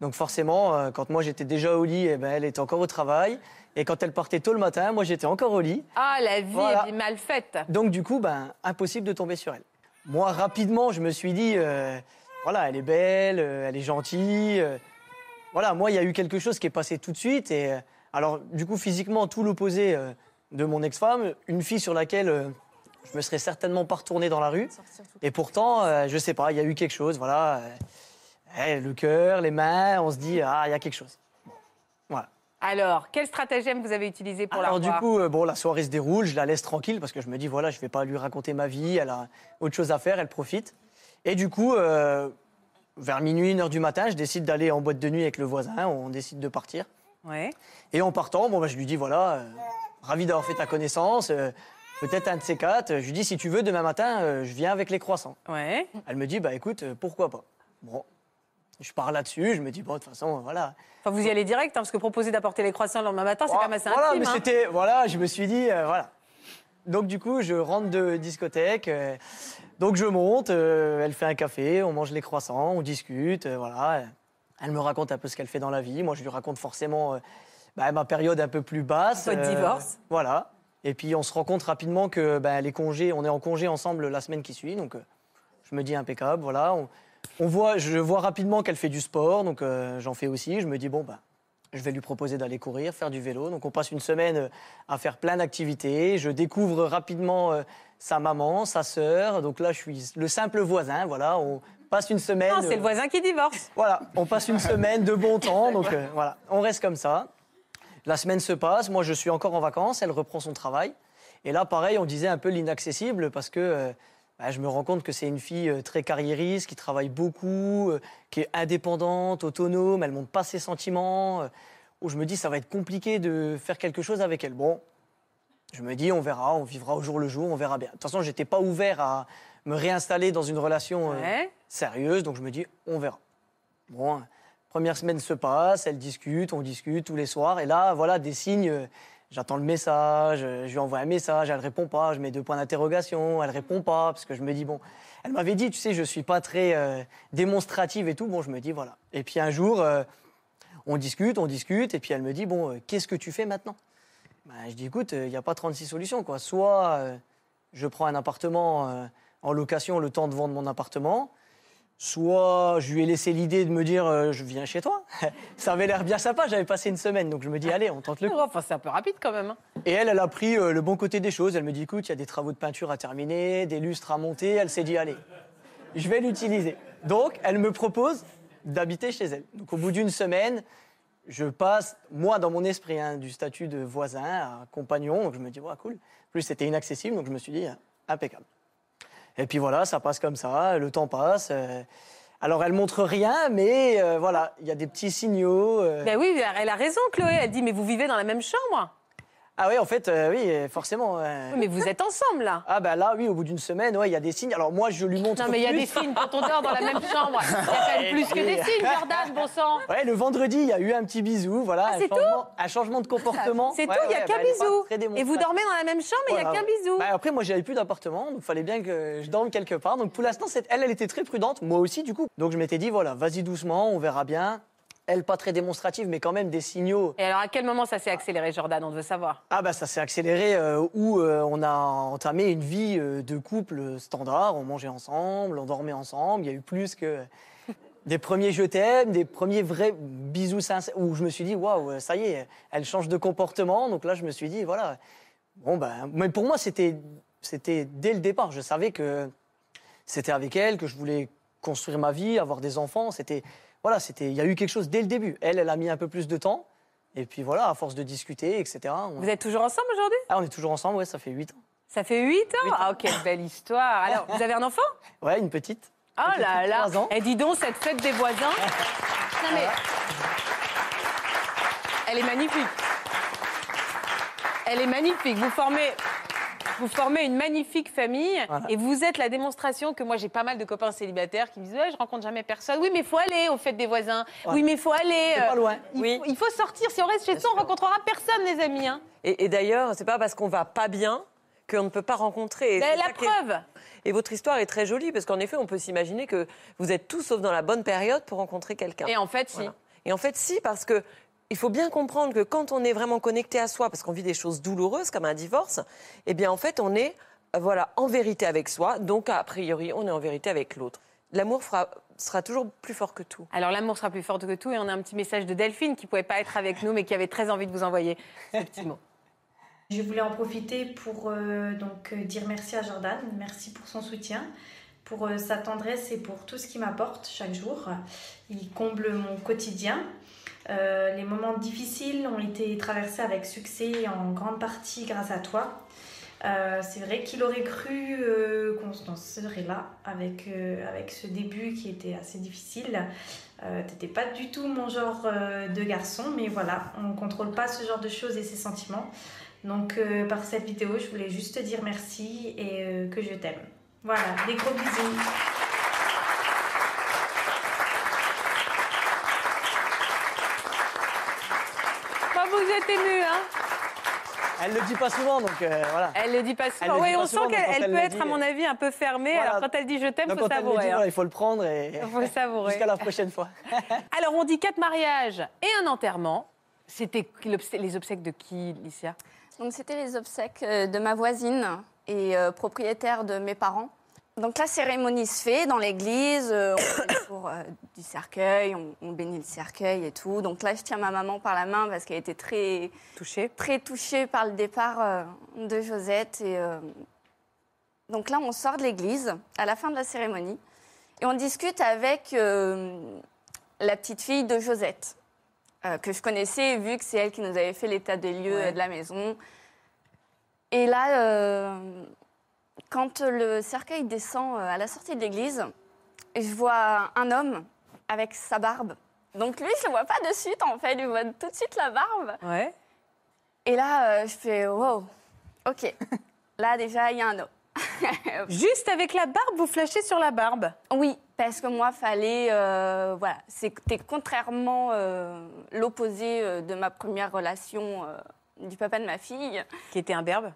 [SPEAKER 10] Donc forcément, euh, quand moi j'étais déjà au lit, eh ben, elle était encore au travail. Et quand elle partait tôt le matin, moi j'étais encore au lit.
[SPEAKER 7] Ah, la vie
[SPEAKER 10] Voilà.
[SPEAKER 7] est mal faite.
[SPEAKER 10] Donc du coup, ben, impossible de tomber sur elle. Moi, rapidement, je me suis dit, euh, voilà, elle est belle, euh, elle est gentille. euh, voilà, moi, il y a eu quelque chose qui est passé tout de suite. Et euh, alors, du coup, physiquement, tout l'opposé euh, de mon ex-femme, une fille sur laquelle euh, je me serais certainement pas retourné dans la rue. Et pourtant, euh, je sais pas, il y a eu quelque chose, voilà. euh, eh, le cœur, les mains, on se dit, ah, il y a quelque chose.
[SPEAKER 7] Alors, quel stratagème vous avez utilisé pour
[SPEAKER 10] Alors
[SPEAKER 7] la
[SPEAKER 10] du
[SPEAKER 7] revoir
[SPEAKER 10] coup, euh, bon, la soirée se déroule, je la laisse tranquille parce que je me dis, voilà, je vais pas lui raconter ma vie, elle a autre chose à faire, elle profite. Et du coup, euh, vers minuit, une heure du matin, je décide d'aller en boîte de nuit avec le voisin, on décide de partir.
[SPEAKER 7] Ouais.
[SPEAKER 10] Et en partant, bon, bah, je lui dis, voilà, euh, ravi d'avoir fait ta connaissance, euh, peut-être un de ces quatre. Je lui dis, si tu veux, demain matin, euh, je viens avec les croissants.
[SPEAKER 7] Ouais.
[SPEAKER 10] Elle me dit, bah écoute, euh, pourquoi pas Bon, je pars là-dessus, je me dis, bon, de toute façon, voilà.
[SPEAKER 7] Enfin, vous y allez direct, hein, parce que proposer d'apporter les croissants le lendemain matin, c'est quand même assez
[SPEAKER 10] Oh, voilà,
[SPEAKER 7] intime.
[SPEAKER 10] mais
[SPEAKER 7] hein.
[SPEAKER 10] c'était voilà, je me suis dit euh, voilà. Donc du coup, je rentre de discothèque. euh, donc je monte, euh, elle fait un café, on mange les croissants, on discute, euh, voilà. Elle me raconte un peu ce qu'elle fait dans la vie. Moi, je lui raconte forcément euh, bah, ma période un peu plus basse. euh,
[SPEAKER 7] Votre divorce.
[SPEAKER 10] Voilà. Et puis on se rend compte rapidement que bah, les congés, on est en congé ensemble la semaine qui suit. Donc euh, je me dis impeccable, voilà. On, on voit, je vois rapidement qu'elle fait du sport, donc euh, j'en fais aussi. Je me dis bon bah je vais lui proposer d'aller courir, faire du vélo. Donc on passe une semaine euh, à faire plein d'activités. Je découvre rapidement euh, sa maman, sa sœur. Donc là, je suis le simple voisin. Voilà, on passe une semaine.
[SPEAKER 7] Non, Ah, c'est le
[SPEAKER 10] euh,
[SPEAKER 7] voisin qui divorce.
[SPEAKER 10] voilà, on passe une semaine de bon temps. Donc euh, voilà, on reste comme ça. La semaine se passe. Moi, je suis encore en vacances. Elle reprend son travail. Et là, pareil, on disait un peu l'inaccessible parce que. euh, bah, je me rends compte que c'est une fille euh, très carriériste, qui travaille beaucoup, euh, qui est indépendante, autonome, elle montre pas ses sentiments. euh, où je me dis ça va être compliqué de faire quelque chose avec elle. Bon, je me dis on verra, on vivra au jour le jour, on verra bien. De toute façon, j'étais pas ouvert à me réinstaller dans une relation euh,
[SPEAKER 7] Ouais.
[SPEAKER 10] sérieuse, donc je me dis on verra. Bon, hein, première semaine se passe, elle discute, on discute tous les soirs, et là voilà des signes. euh, J'attends le message, euh, je lui envoie un message, elle répond pas, je mets deux points d'interrogation, elle répond pas, parce que je me dis, bon, elle m'avait dit, tu sais, je suis pas très euh, démonstrative et tout, bon, je me dis, voilà. Et puis un jour, euh, on discute, on discute, et puis elle me dit, bon, euh, qu'est-ce que tu fais maintenant Ben, Je dis, écoute, il n'y a pas 36 solutions, quoi. Soit euh, je prends un appartement euh, en location le temps de vendre mon appartement. Soit je lui ai laissé l'idée de me dire euh, je viens chez toi. <laughs> ça avait l'air bien sympa, j'avais passé une semaine, donc je me dis allez, on tente le coup.
[SPEAKER 1] Oh, Enfin, c'est un peu rapide quand même. hein.
[SPEAKER 10] Et elle, elle a pris euh, le bon côté des choses. Elle me dit écoute, il y a des travaux de peinture à terminer, des lustres à monter. Elle s'est dit allez, je vais l'utiliser. Donc, elle me propose d'habiter chez elle. Donc, au bout d'une semaine, je passe, moi, dans mon esprit, hein, du statut de voisin à compagnon. Donc, je me dis ouais, cool. En plus, c'était inaccessible, donc je me suis dit impeccable. Et puis voilà, ça passe comme ça, le temps passe. euh, alors, elle montre rien, mais euh, voilà, il y a des petits signaux. euh,
[SPEAKER 1] Ben oui, elle a raison, Chloé. Elle dit, mais vous vivez dans la même chambre
[SPEAKER 10] Ah oui, en fait, euh, oui, euh, forcément. euh,
[SPEAKER 1] Mais vous êtes ensemble, là.
[SPEAKER 10] Ah bah là, oui, au bout d'une semaine, ouais, il y a des signes. Alors moi, je lui montre
[SPEAKER 1] Non, mais il y a
[SPEAKER 10] plus.
[SPEAKER 1] des signes quand on dort dans
[SPEAKER 4] <laughs>
[SPEAKER 1] la même chambre. Il y a quand même plus que des signes, Jordan, bon sang.
[SPEAKER 10] Ouais, le vendredi, il y a eu un petit bisou, voilà.
[SPEAKER 1] Ah, c'est
[SPEAKER 10] un changement, un changement de comportement.
[SPEAKER 1] <laughs> C'est
[SPEAKER 10] Ouais,
[SPEAKER 1] tout, il n'y a
[SPEAKER 10] ouais,
[SPEAKER 1] qu'un
[SPEAKER 10] bah, elle est pas
[SPEAKER 1] bisou.
[SPEAKER 10] très
[SPEAKER 1] Et vous
[SPEAKER 10] démonstrative.
[SPEAKER 1] dormez dans la même chambre, mais il n'y a
[SPEAKER 10] Voilà.
[SPEAKER 1] qu'un bisou.
[SPEAKER 10] Bah, après, moi, j'avais plus d'appartement, donc fallait bien que je dorme quelque part. Donc pour l'instant, c'est- elle, elle était très prudente, moi aussi, du coup. Donc je m'étais dit, voilà, vas-y doucement, on verra bien. Elle, pas très démonstrative, mais quand même des signaux.
[SPEAKER 1] Et alors, à quel moment ça s'est accéléré, Jordan On veut savoir.
[SPEAKER 10] Ah bah ça s'est accéléré euh, où euh, on a entamé une vie euh, de couple euh, standard, on mangeait ensemble, on dormait ensemble, il y a eu plus que des premiers je t'aime, des premiers vrais bisous sincères où je me suis dit waouh ça y est, elle change de comportement donc là je me suis dit voilà. Bon ben mais pour moi c'était c'était dès le départ, je savais que c'était avec elle que je voulais construire ma vie, avoir des enfants, c'était voilà, c'était il y a eu quelque chose dès le début. Elle elle a mis un peu plus de temps. Et puis voilà, à force de discuter, etc. on-
[SPEAKER 1] Vous êtes toujours ensemble aujourd'hui
[SPEAKER 10] ah, on est toujours ensemble, ouais, ça fait 8 ans.
[SPEAKER 1] Ça fait 8 ans. Ah, quelle belle histoire. Alors, vous avez un enfant
[SPEAKER 10] Ouais, une petite.
[SPEAKER 1] Oh là là.
[SPEAKER 10] trois ans.
[SPEAKER 1] Et dis donc, cette fête des voisins. Non, mais- Elle est magnifique. Elle est magnifique. Vous formez. Vous formez une magnifique famille
[SPEAKER 10] Voilà.
[SPEAKER 1] et vous êtes la démonstration que moi j'ai pas mal de copains célibataires qui me disent Ouais, je rencontre jamais personne. Oui mais faut aller aux fêtes des voisins. Oui
[SPEAKER 10] Voilà.
[SPEAKER 1] mais faut aller. euh,
[SPEAKER 10] C'est pas loin.
[SPEAKER 1] Il,
[SPEAKER 8] Oui.
[SPEAKER 1] faut, il faut sortir. Si on reste chez
[SPEAKER 8] Bien
[SPEAKER 1] soi, on
[SPEAKER 8] sûr.
[SPEAKER 1] rencontrera personne les amis. hein.
[SPEAKER 8] Et, et d'ailleurs, c'est pas parce qu'on va pas bien qu'on ne peut pas rencontrer. Et
[SPEAKER 1] Ben,
[SPEAKER 8] c'est
[SPEAKER 1] la
[SPEAKER 8] ça qui est-
[SPEAKER 1] preuve.
[SPEAKER 8] Et votre histoire est très jolie parce qu'en effet, on peut s'imaginer que vous êtes tous sauf dans la bonne période pour rencontrer quelqu'un.
[SPEAKER 1] Et en fait, si.
[SPEAKER 8] Voilà. Et en fait, si, parce que il faut bien comprendre que quand on est vraiment connecté à soi, parce qu'on vit des choses douloureuses comme un divorce, eh bien, en fait, on est euh, voilà en vérité avec soi. Donc, a priori, on est en vérité avec l'autre. L'amour fera- sera toujours plus fort que tout.
[SPEAKER 1] Alors l'amour sera plus fort que tout et on a un petit message de Delphine qui pouvait pas être avec nous mais qui avait très envie de vous envoyer ce petit mot.
[SPEAKER 11] Je voulais en profiter pour euh, donc euh, dire merci à Jordan, merci pour son soutien, pour euh, sa tendresse et pour tout ce qu'il m'apporte chaque jour. Il comble mon quotidien. Euh, les moments difficiles ont été traversés avec succès en grande partie grâce à toi. Euh, c'est vrai qu'il aurait cru euh, qu'on s'en serait là avec, euh, avec ce début qui était assez difficile. Euh, T'étais pas du tout mon genre euh, de garçon, mais voilà, on contrôle pas ce genre de choses et ses sentiments. Donc euh, par cette vidéo, je voulais juste te dire merci et euh, que je t'aime. Voilà, des gros bisous.
[SPEAKER 1] Bah, vous êtes ému, hein
[SPEAKER 10] Elle le dit pas souvent, donc euh, voilà.
[SPEAKER 1] Elle le dit pas
[SPEAKER 10] Elle
[SPEAKER 1] souvent.
[SPEAKER 10] le dit
[SPEAKER 1] Oui,
[SPEAKER 10] pas
[SPEAKER 1] on
[SPEAKER 10] souvent,
[SPEAKER 1] sent
[SPEAKER 10] mais quand
[SPEAKER 1] qu'elle
[SPEAKER 10] elle
[SPEAKER 1] elle peut
[SPEAKER 10] le
[SPEAKER 1] être,
[SPEAKER 10] dit, euh,
[SPEAKER 1] à mon avis, un peu fermée.
[SPEAKER 10] voilà.
[SPEAKER 1] Alors, quand elle dit je t'aime,
[SPEAKER 10] Donc,
[SPEAKER 1] faut
[SPEAKER 10] quand elle le dit,
[SPEAKER 1] savourer. hein.
[SPEAKER 10] voilà, il faut le prendre et
[SPEAKER 1] Faut savourer.
[SPEAKER 10] jusqu'à la prochaine fois.
[SPEAKER 1] Alors, on dit quatre mariages et un enterrement. C'était l'obs- les obsèques de qui, Licia
[SPEAKER 2] Donc c'était les obsèques euh, de ma voisine et euh, propriétaire de mes parents. Donc la cérémonie se fait dans l'église, euh, on fait le tour euh, du cercueil, on, on bénit le cercueil et tout. Donc là je tiens ma maman par la main parce qu'elle était très
[SPEAKER 1] Touché.
[SPEAKER 2] très touchée par le départ euh, de Josette et euh, donc là on sort de l'église à la fin de la cérémonie et on discute avec euh, la petite fille de Josette euh, que je connaissais vu que c'est elle qui nous avait fait l'état des lieux
[SPEAKER 1] Ouais.
[SPEAKER 2] euh, de la maison. Et là, euh, quand le cercueil descend euh, à la sortie de l'église, je vois un homme avec sa barbe. Donc lui, je le vois pas de suite en fait, je vois tout de suite la barbe.
[SPEAKER 1] Ouais.
[SPEAKER 2] Et là, euh, je fais wow,
[SPEAKER 1] <laughs>
[SPEAKER 2] ok. Là déjà, il y a un homme. Euh,
[SPEAKER 1] Juste avec la barbe, vous flashez sur la barbe.
[SPEAKER 2] Oui, parce que moi, fallait. euh, voilà, c'était contrairement euh, l'opposé euh, de ma première relation euh, du papa de ma fille.
[SPEAKER 1] Qui était un berbe.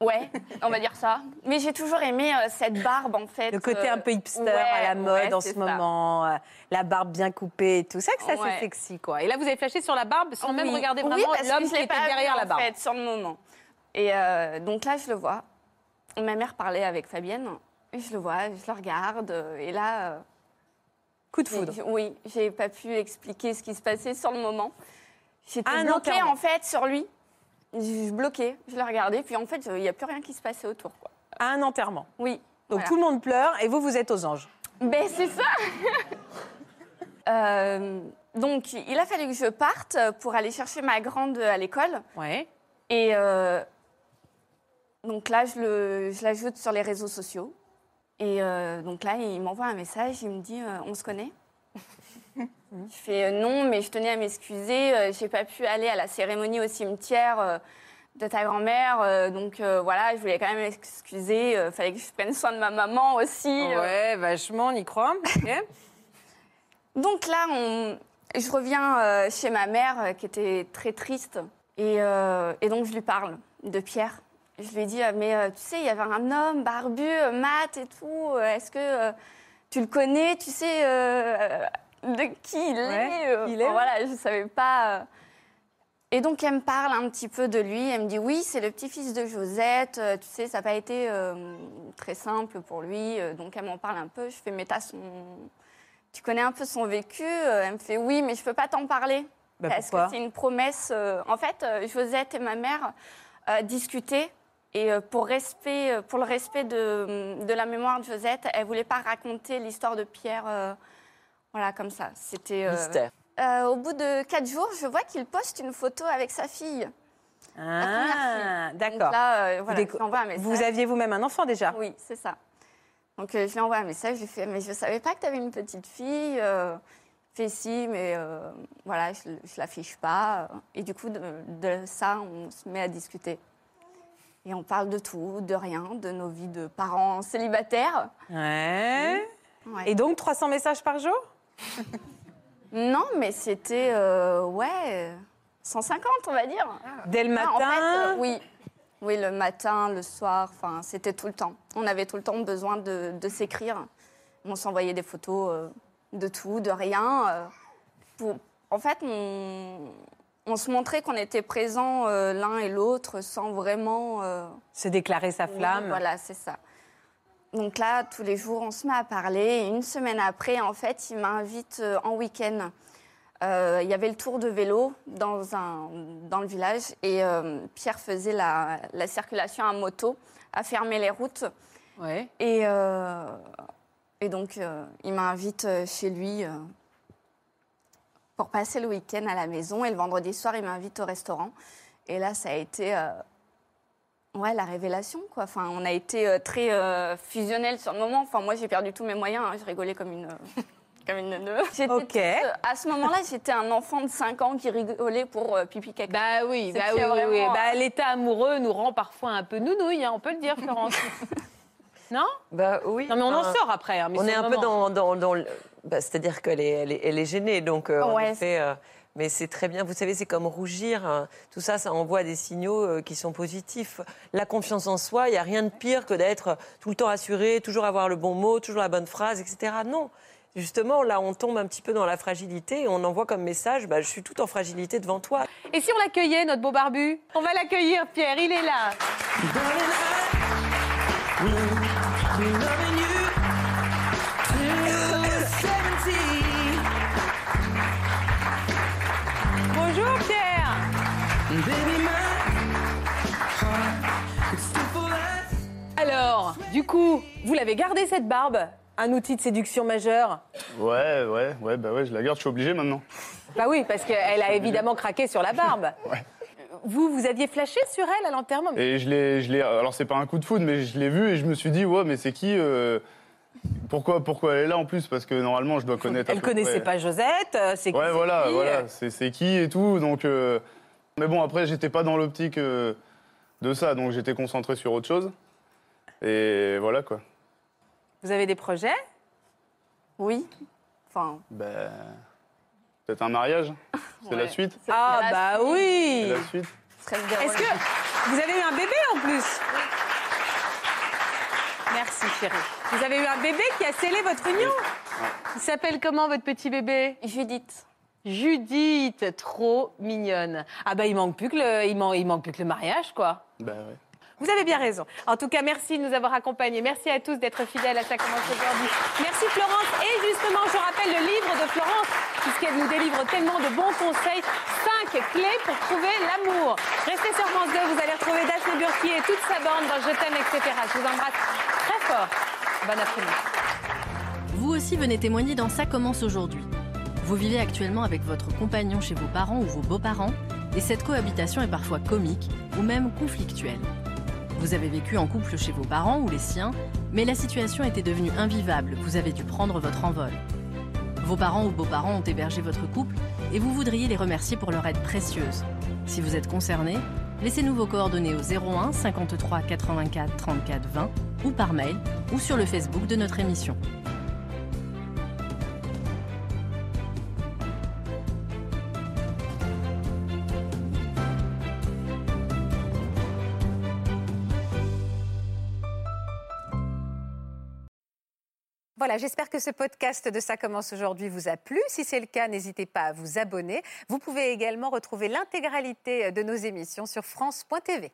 [SPEAKER 2] Ouais, on va dire ça. Mais j'ai toujours aimé euh, cette barbe, en fait.
[SPEAKER 1] Le côté
[SPEAKER 2] euh,
[SPEAKER 1] un peu hipster
[SPEAKER 2] ouais,
[SPEAKER 1] à la
[SPEAKER 2] ouais,
[SPEAKER 1] mode en ce
[SPEAKER 2] c'est ça.
[SPEAKER 1] moment. euh, La barbe bien coupée et tout. C'est vrai que ça, c'est
[SPEAKER 2] Ouais.
[SPEAKER 1] sexy, quoi. Et là, vous avez flashé sur la barbe sans même
[SPEAKER 2] Oui.
[SPEAKER 1] regarder
[SPEAKER 2] Oui,
[SPEAKER 1] vraiment
[SPEAKER 2] parce que
[SPEAKER 1] l'homme
[SPEAKER 2] je
[SPEAKER 1] qui
[SPEAKER 2] l'ai
[SPEAKER 1] était
[SPEAKER 2] pas vu,
[SPEAKER 1] derrière la barbe.
[SPEAKER 2] En fait, sur le moment. Et euh, donc là, je le vois. Ma mère parlait avec Fabienne, et je le vois, je le regarde, euh, et là. euh,
[SPEAKER 1] Coup de
[SPEAKER 2] j'ai-
[SPEAKER 1] foudre.
[SPEAKER 2] j'ai- Oui, j'ai pas pu expliquer ce qui se passait sur le moment. J'étais
[SPEAKER 1] Un
[SPEAKER 2] bloquée
[SPEAKER 1] enterrement.
[SPEAKER 2] en fait sur lui. Je, je bloquais, je le regardais, puis en fait, il n'y a plus rien qui se passait autour. Quoi.
[SPEAKER 1] À un enterrement.
[SPEAKER 2] Oui.
[SPEAKER 1] Donc
[SPEAKER 2] Voilà.
[SPEAKER 1] tout le monde pleure et vous, vous êtes aux anges.
[SPEAKER 2] Ben, c'est ça <laughs> Euh, Donc, il a fallu que je parte pour aller chercher ma grande à l'école.
[SPEAKER 1] Ouais.
[SPEAKER 2] Et euh, donc là, je le- je l'ajoute sur les réseaux sociaux. Et euh, donc là, il m'envoie un message, il me dit euh, On se connaît Je fais euh, Non, mais je tenais à m'excuser, euh, j'ai pas pu aller à la cérémonie au cimetière euh, de ta grand-mère, euh, donc euh, voilà, je voulais quand même m'excuser, euh, fallait que je prenne soin de ma maman aussi. euh.
[SPEAKER 1] Ouais, vachement, on y croit.
[SPEAKER 7] <laughs>
[SPEAKER 1] Ok.
[SPEAKER 2] Donc là, on- je reviens euh, chez ma mère euh, qui était très triste. Et, euh, et donc je lui parle de Pierre. Je lui ai dit, euh, mais euh, tu sais, il y avait un homme barbu, euh, mat et tout. euh, Est-ce que euh, tu le connais Tu sais euh, euh, de qui il
[SPEAKER 1] Ouais,
[SPEAKER 2] est, euh,
[SPEAKER 1] qui il est,
[SPEAKER 2] enfin, Voilà, je ne savais pas. euh. Et donc elle me parle un petit peu de lui. Elle me dit, oui, c'est le petit-fils de Josette. euh, Tu sais, ça n'a pas été euh, très simple pour lui. euh, Donc elle m'en parle un peu. Je fais, mais t'as son, tu connais un peu son vécu Euh, Elle me fait oui, mais je peux pas t'en parler.
[SPEAKER 1] Bah,
[SPEAKER 2] parce que
[SPEAKER 1] pourquoi
[SPEAKER 2] c'est une promesse. euh, En fait, euh, Josette et ma mère euh, discutaient. Et euh, pour, respect, euh, pour le respect de, de la mémoire de Josette, elle voulait pas raconter l'histoire de Pierre. euh, voilà, comme ça. C'était. euh,
[SPEAKER 8] Mystère.
[SPEAKER 2] euh, au bout de quatre jours, je vois qu'il poste une photo avec sa fille.
[SPEAKER 1] Ah,
[SPEAKER 2] Donc
[SPEAKER 1] d'accord.
[SPEAKER 2] là, euh, voilà,
[SPEAKER 1] déco-
[SPEAKER 2] je lui envoie un message.
[SPEAKER 1] Vous aviez vous-même un enfant déjà
[SPEAKER 2] Oui, c'est ça. Donc euh, je lui envoie un message, je lui fais Mais je ne savais pas que tu avais une petite fille. Euh, il fait si, mais euh, voilà, je ne l'affiche pas. Et du coup, de, de ça, on se met à discuter. Et on parle de tout, de rien, de nos vies de parents célibataires.
[SPEAKER 1] Ouais.
[SPEAKER 2] Ouais.
[SPEAKER 1] Et donc 300 messages par jour
[SPEAKER 2] Non, mais c'était, euh, ouais, 150, on va dire.
[SPEAKER 1] Dès le matin
[SPEAKER 2] Ah, en fait, euh, oui. Oui, le matin, le soir, enfin, c'était tout le temps. On avait tout le temps besoin de, de s'écrire. On s'envoyait des photos euh, de tout, de rien. euh, pour... En fait, on, on se montrait qu'on était présents euh, l'un et l'autre sans vraiment... euh,
[SPEAKER 1] Se déclarer sa flamme.
[SPEAKER 2] oui, voilà, c'est ça. Donc là, tous les jours, on se met à parler. Et une semaine après, en fait, il m'invite euh, en week-end. Euh, il y avait le tour de vélo dans, un, dans le village et euh, Pierre faisait la, la circulation à moto, à fermer les routes.
[SPEAKER 7] Ouais.
[SPEAKER 2] Et, euh, et donc, euh, il m'invite euh, chez lui euh, pour passer le week-end à la maison. Et le vendredi soir, il m'invite au restaurant. Et là, ça a été euh, ouais, la révélation. Quoi. Enfin, on a été euh, très euh, fusionnels sur le moment. Enfin, moi, j'ai perdu tous mes moyens. hein. Je rigolais comme une, <laughs> comme
[SPEAKER 7] <laughs>
[SPEAKER 2] une neuneu. J'étais
[SPEAKER 1] Ok.
[SPEAKER 2] toute, euh, à ce moment-là, j'étais un enfant de 5 ans qui rigolait pour euh, pipi caca.
[SPEAKER 7] Bah oui, bah oui, oui,
[SPEAKER 2] C'était
[SPEAKER 7] oui.
[SPEAKER 2] vraiment, euh,
[SPEAKER 7] Bah, l'état amoureux nous rend parfois un peu nounouille, hein, on peut le dire, Florence. non
[SPEAKER 8] Bah oui.
[SPEAKER 7] Non, mais on en
[SPEAKER 8] enfin,
[SPEAKER 7] sort après. hein, mais
[SPEAKER 8] on
[SPEAKER 7] sur
[SPEAKER 8] est
[SPEAKER 7] le
[SPEAKER 8] un peu
[SPEAKER 7] moment.
[SPEAKER 8] dans. dans- dans le- bah, C'est-à-dire qu'elle est, elle est, elle est gênée. Donc, euh, en
[SPEAKER 2] Ouais.
[SPEAKER 8] effet, euh, mais c'est très bien. Vous savez, c'est comme rougir. hein. Tout ça, ça envoie des signaux euh, qui sont positifs. La confiance en soi, il n'y a rien de pire que d'être tout le temps assuré, toujours avoir le bon mot, toujours la bonne phrase, etc. Non. Justement, là, on tombe un petit peu dans la fragilité et on envoie comme message bah, je suis tout en fragilité devant toi.
[SPEAKER 7] Et si on l'accueillait, notre beau barbu On va l'accueillir, Pierre, il est là. Bonjour, Pierre. Alors, du coup, vous l'avez gardé cette barbe
[SPEAKER 1] Un outil de séduction majeur
[SPEAKER 12] Ouais, ouais, ouais, bah ouais, je la garde, je suis obligé maintenant.
[SPEAKER 1] Bah oui, parce qu'elle a évidemment craqué sur
[SPEAKER 12] <laughs>
[SPEAKER 1] la barbe. Vous, vous aviez flashé sur elle à l'enterrement
[SPEAKER 12] Et je l'ai, je l'ai, alors c'est pas un coup de foudre, mais je l'ai vu et je me suis dit, ouais, mais c'est qui euh, pourquoi, pourquoi elle est là en plus Parce que normalement, je dois connaître. à
[SPEAKER 1] Elle
[SPEAKER 12] peu
[SPEAKER 1] connaissait
[SPEAKER 12] près.
[SPEAKER 1] pas Josette, euh, c'est qui,
[SPEAKER 12] Ouais,
[SPEAKER 1] c'est
[SPEAKER 12] voilà,
[SPEAKER 1] qui, euh,
[SPEAKER 12] voilà, c'est, c'est qui et tout. Donc, euh, mais bon, après, j'étais pas dans l'optique euh, de ça, donc j'étais concentré sur autre chose. Et voilà quoi.
[SPEAKER 1] Vous avez des projets
[SPEAKER 2] Oui. Enfin,
[SPEAKER 12] Ben, peut-être un mariage. C'est la
[SPEAKER 2] Ouais.
[SPEAKER 12] suite.
[SPEAKER 2] ça-
[SPEAKER 1] Ah
[SPEAKER 2] là,
[SPEAKER 1] bah
[SPEAKER 12] C'est
[SPEAKER 1] oui
[SPEAKER 12] la suite.
[SPEAKER 2] ça me dérange.
[SPEAKER 1] Est-ce que vous avez eu un bébé en plus Merci chérie. Vous avez eu un bébé qui a scellé votre union
[SPEAKER 7] Il s'appelle comment, votre petit bébé
[SPEAKER 2] Judith.
[SPEAKER 7] Judith, trop mignonne.
[SPEAKER 1] Ah bah il manque plus que le, il man- il manque plus que le mariage quoi.
[SPEAKER 12] Ben ouais.
[SPEAKER 1] Vous avez bien raison. En tout cas, merci de nous avoir accompagnés. Merci à tous d'être fidèles à Ça commence aujourd'hui. Merci Florence. Et justement, je rappelle le livre de Florence, puisqu'elle nous délivre tellement de bons conseils. Cinq clés pour trouver l'amour. Restez sur France 2, vous allez retrouver Daphne Burki et toute sa bande dans Je t'aime, etc. Je vous embrasse très fort. Bon après-midi.
[SPEAKER 13] Vous aussi venez témoigner dans Ça commence aujourd'hui. Vous vivez actuellement avec votre compagnon chez vos parents ou vos beaux-parents et cette cohabitation est parfois comique ou même conflictuelle. Vous avez vécu en couple chez vos parents ou les siens, mais la situation était devenue invivable, vous avez dû prendre votre envol. Vos parents ou beaux-parents ont hébergé votre couple et vous voudriez les remercier pour leur aide précieuse. Si vous êtes concerné, laissez-nous vos coordonnées au 01 53 84 34 20 ou par mail ou sur le Facebook de notre émission.
[SPEAKER 1] Voilà, j'espère que ce podcast de Ça commence aujourd'hui vous a plu. Si c'est le cas, n'hésitez pas à vous abonner. Vous pouvez également retrouver l'intégralité de nos émissions sur France.tv.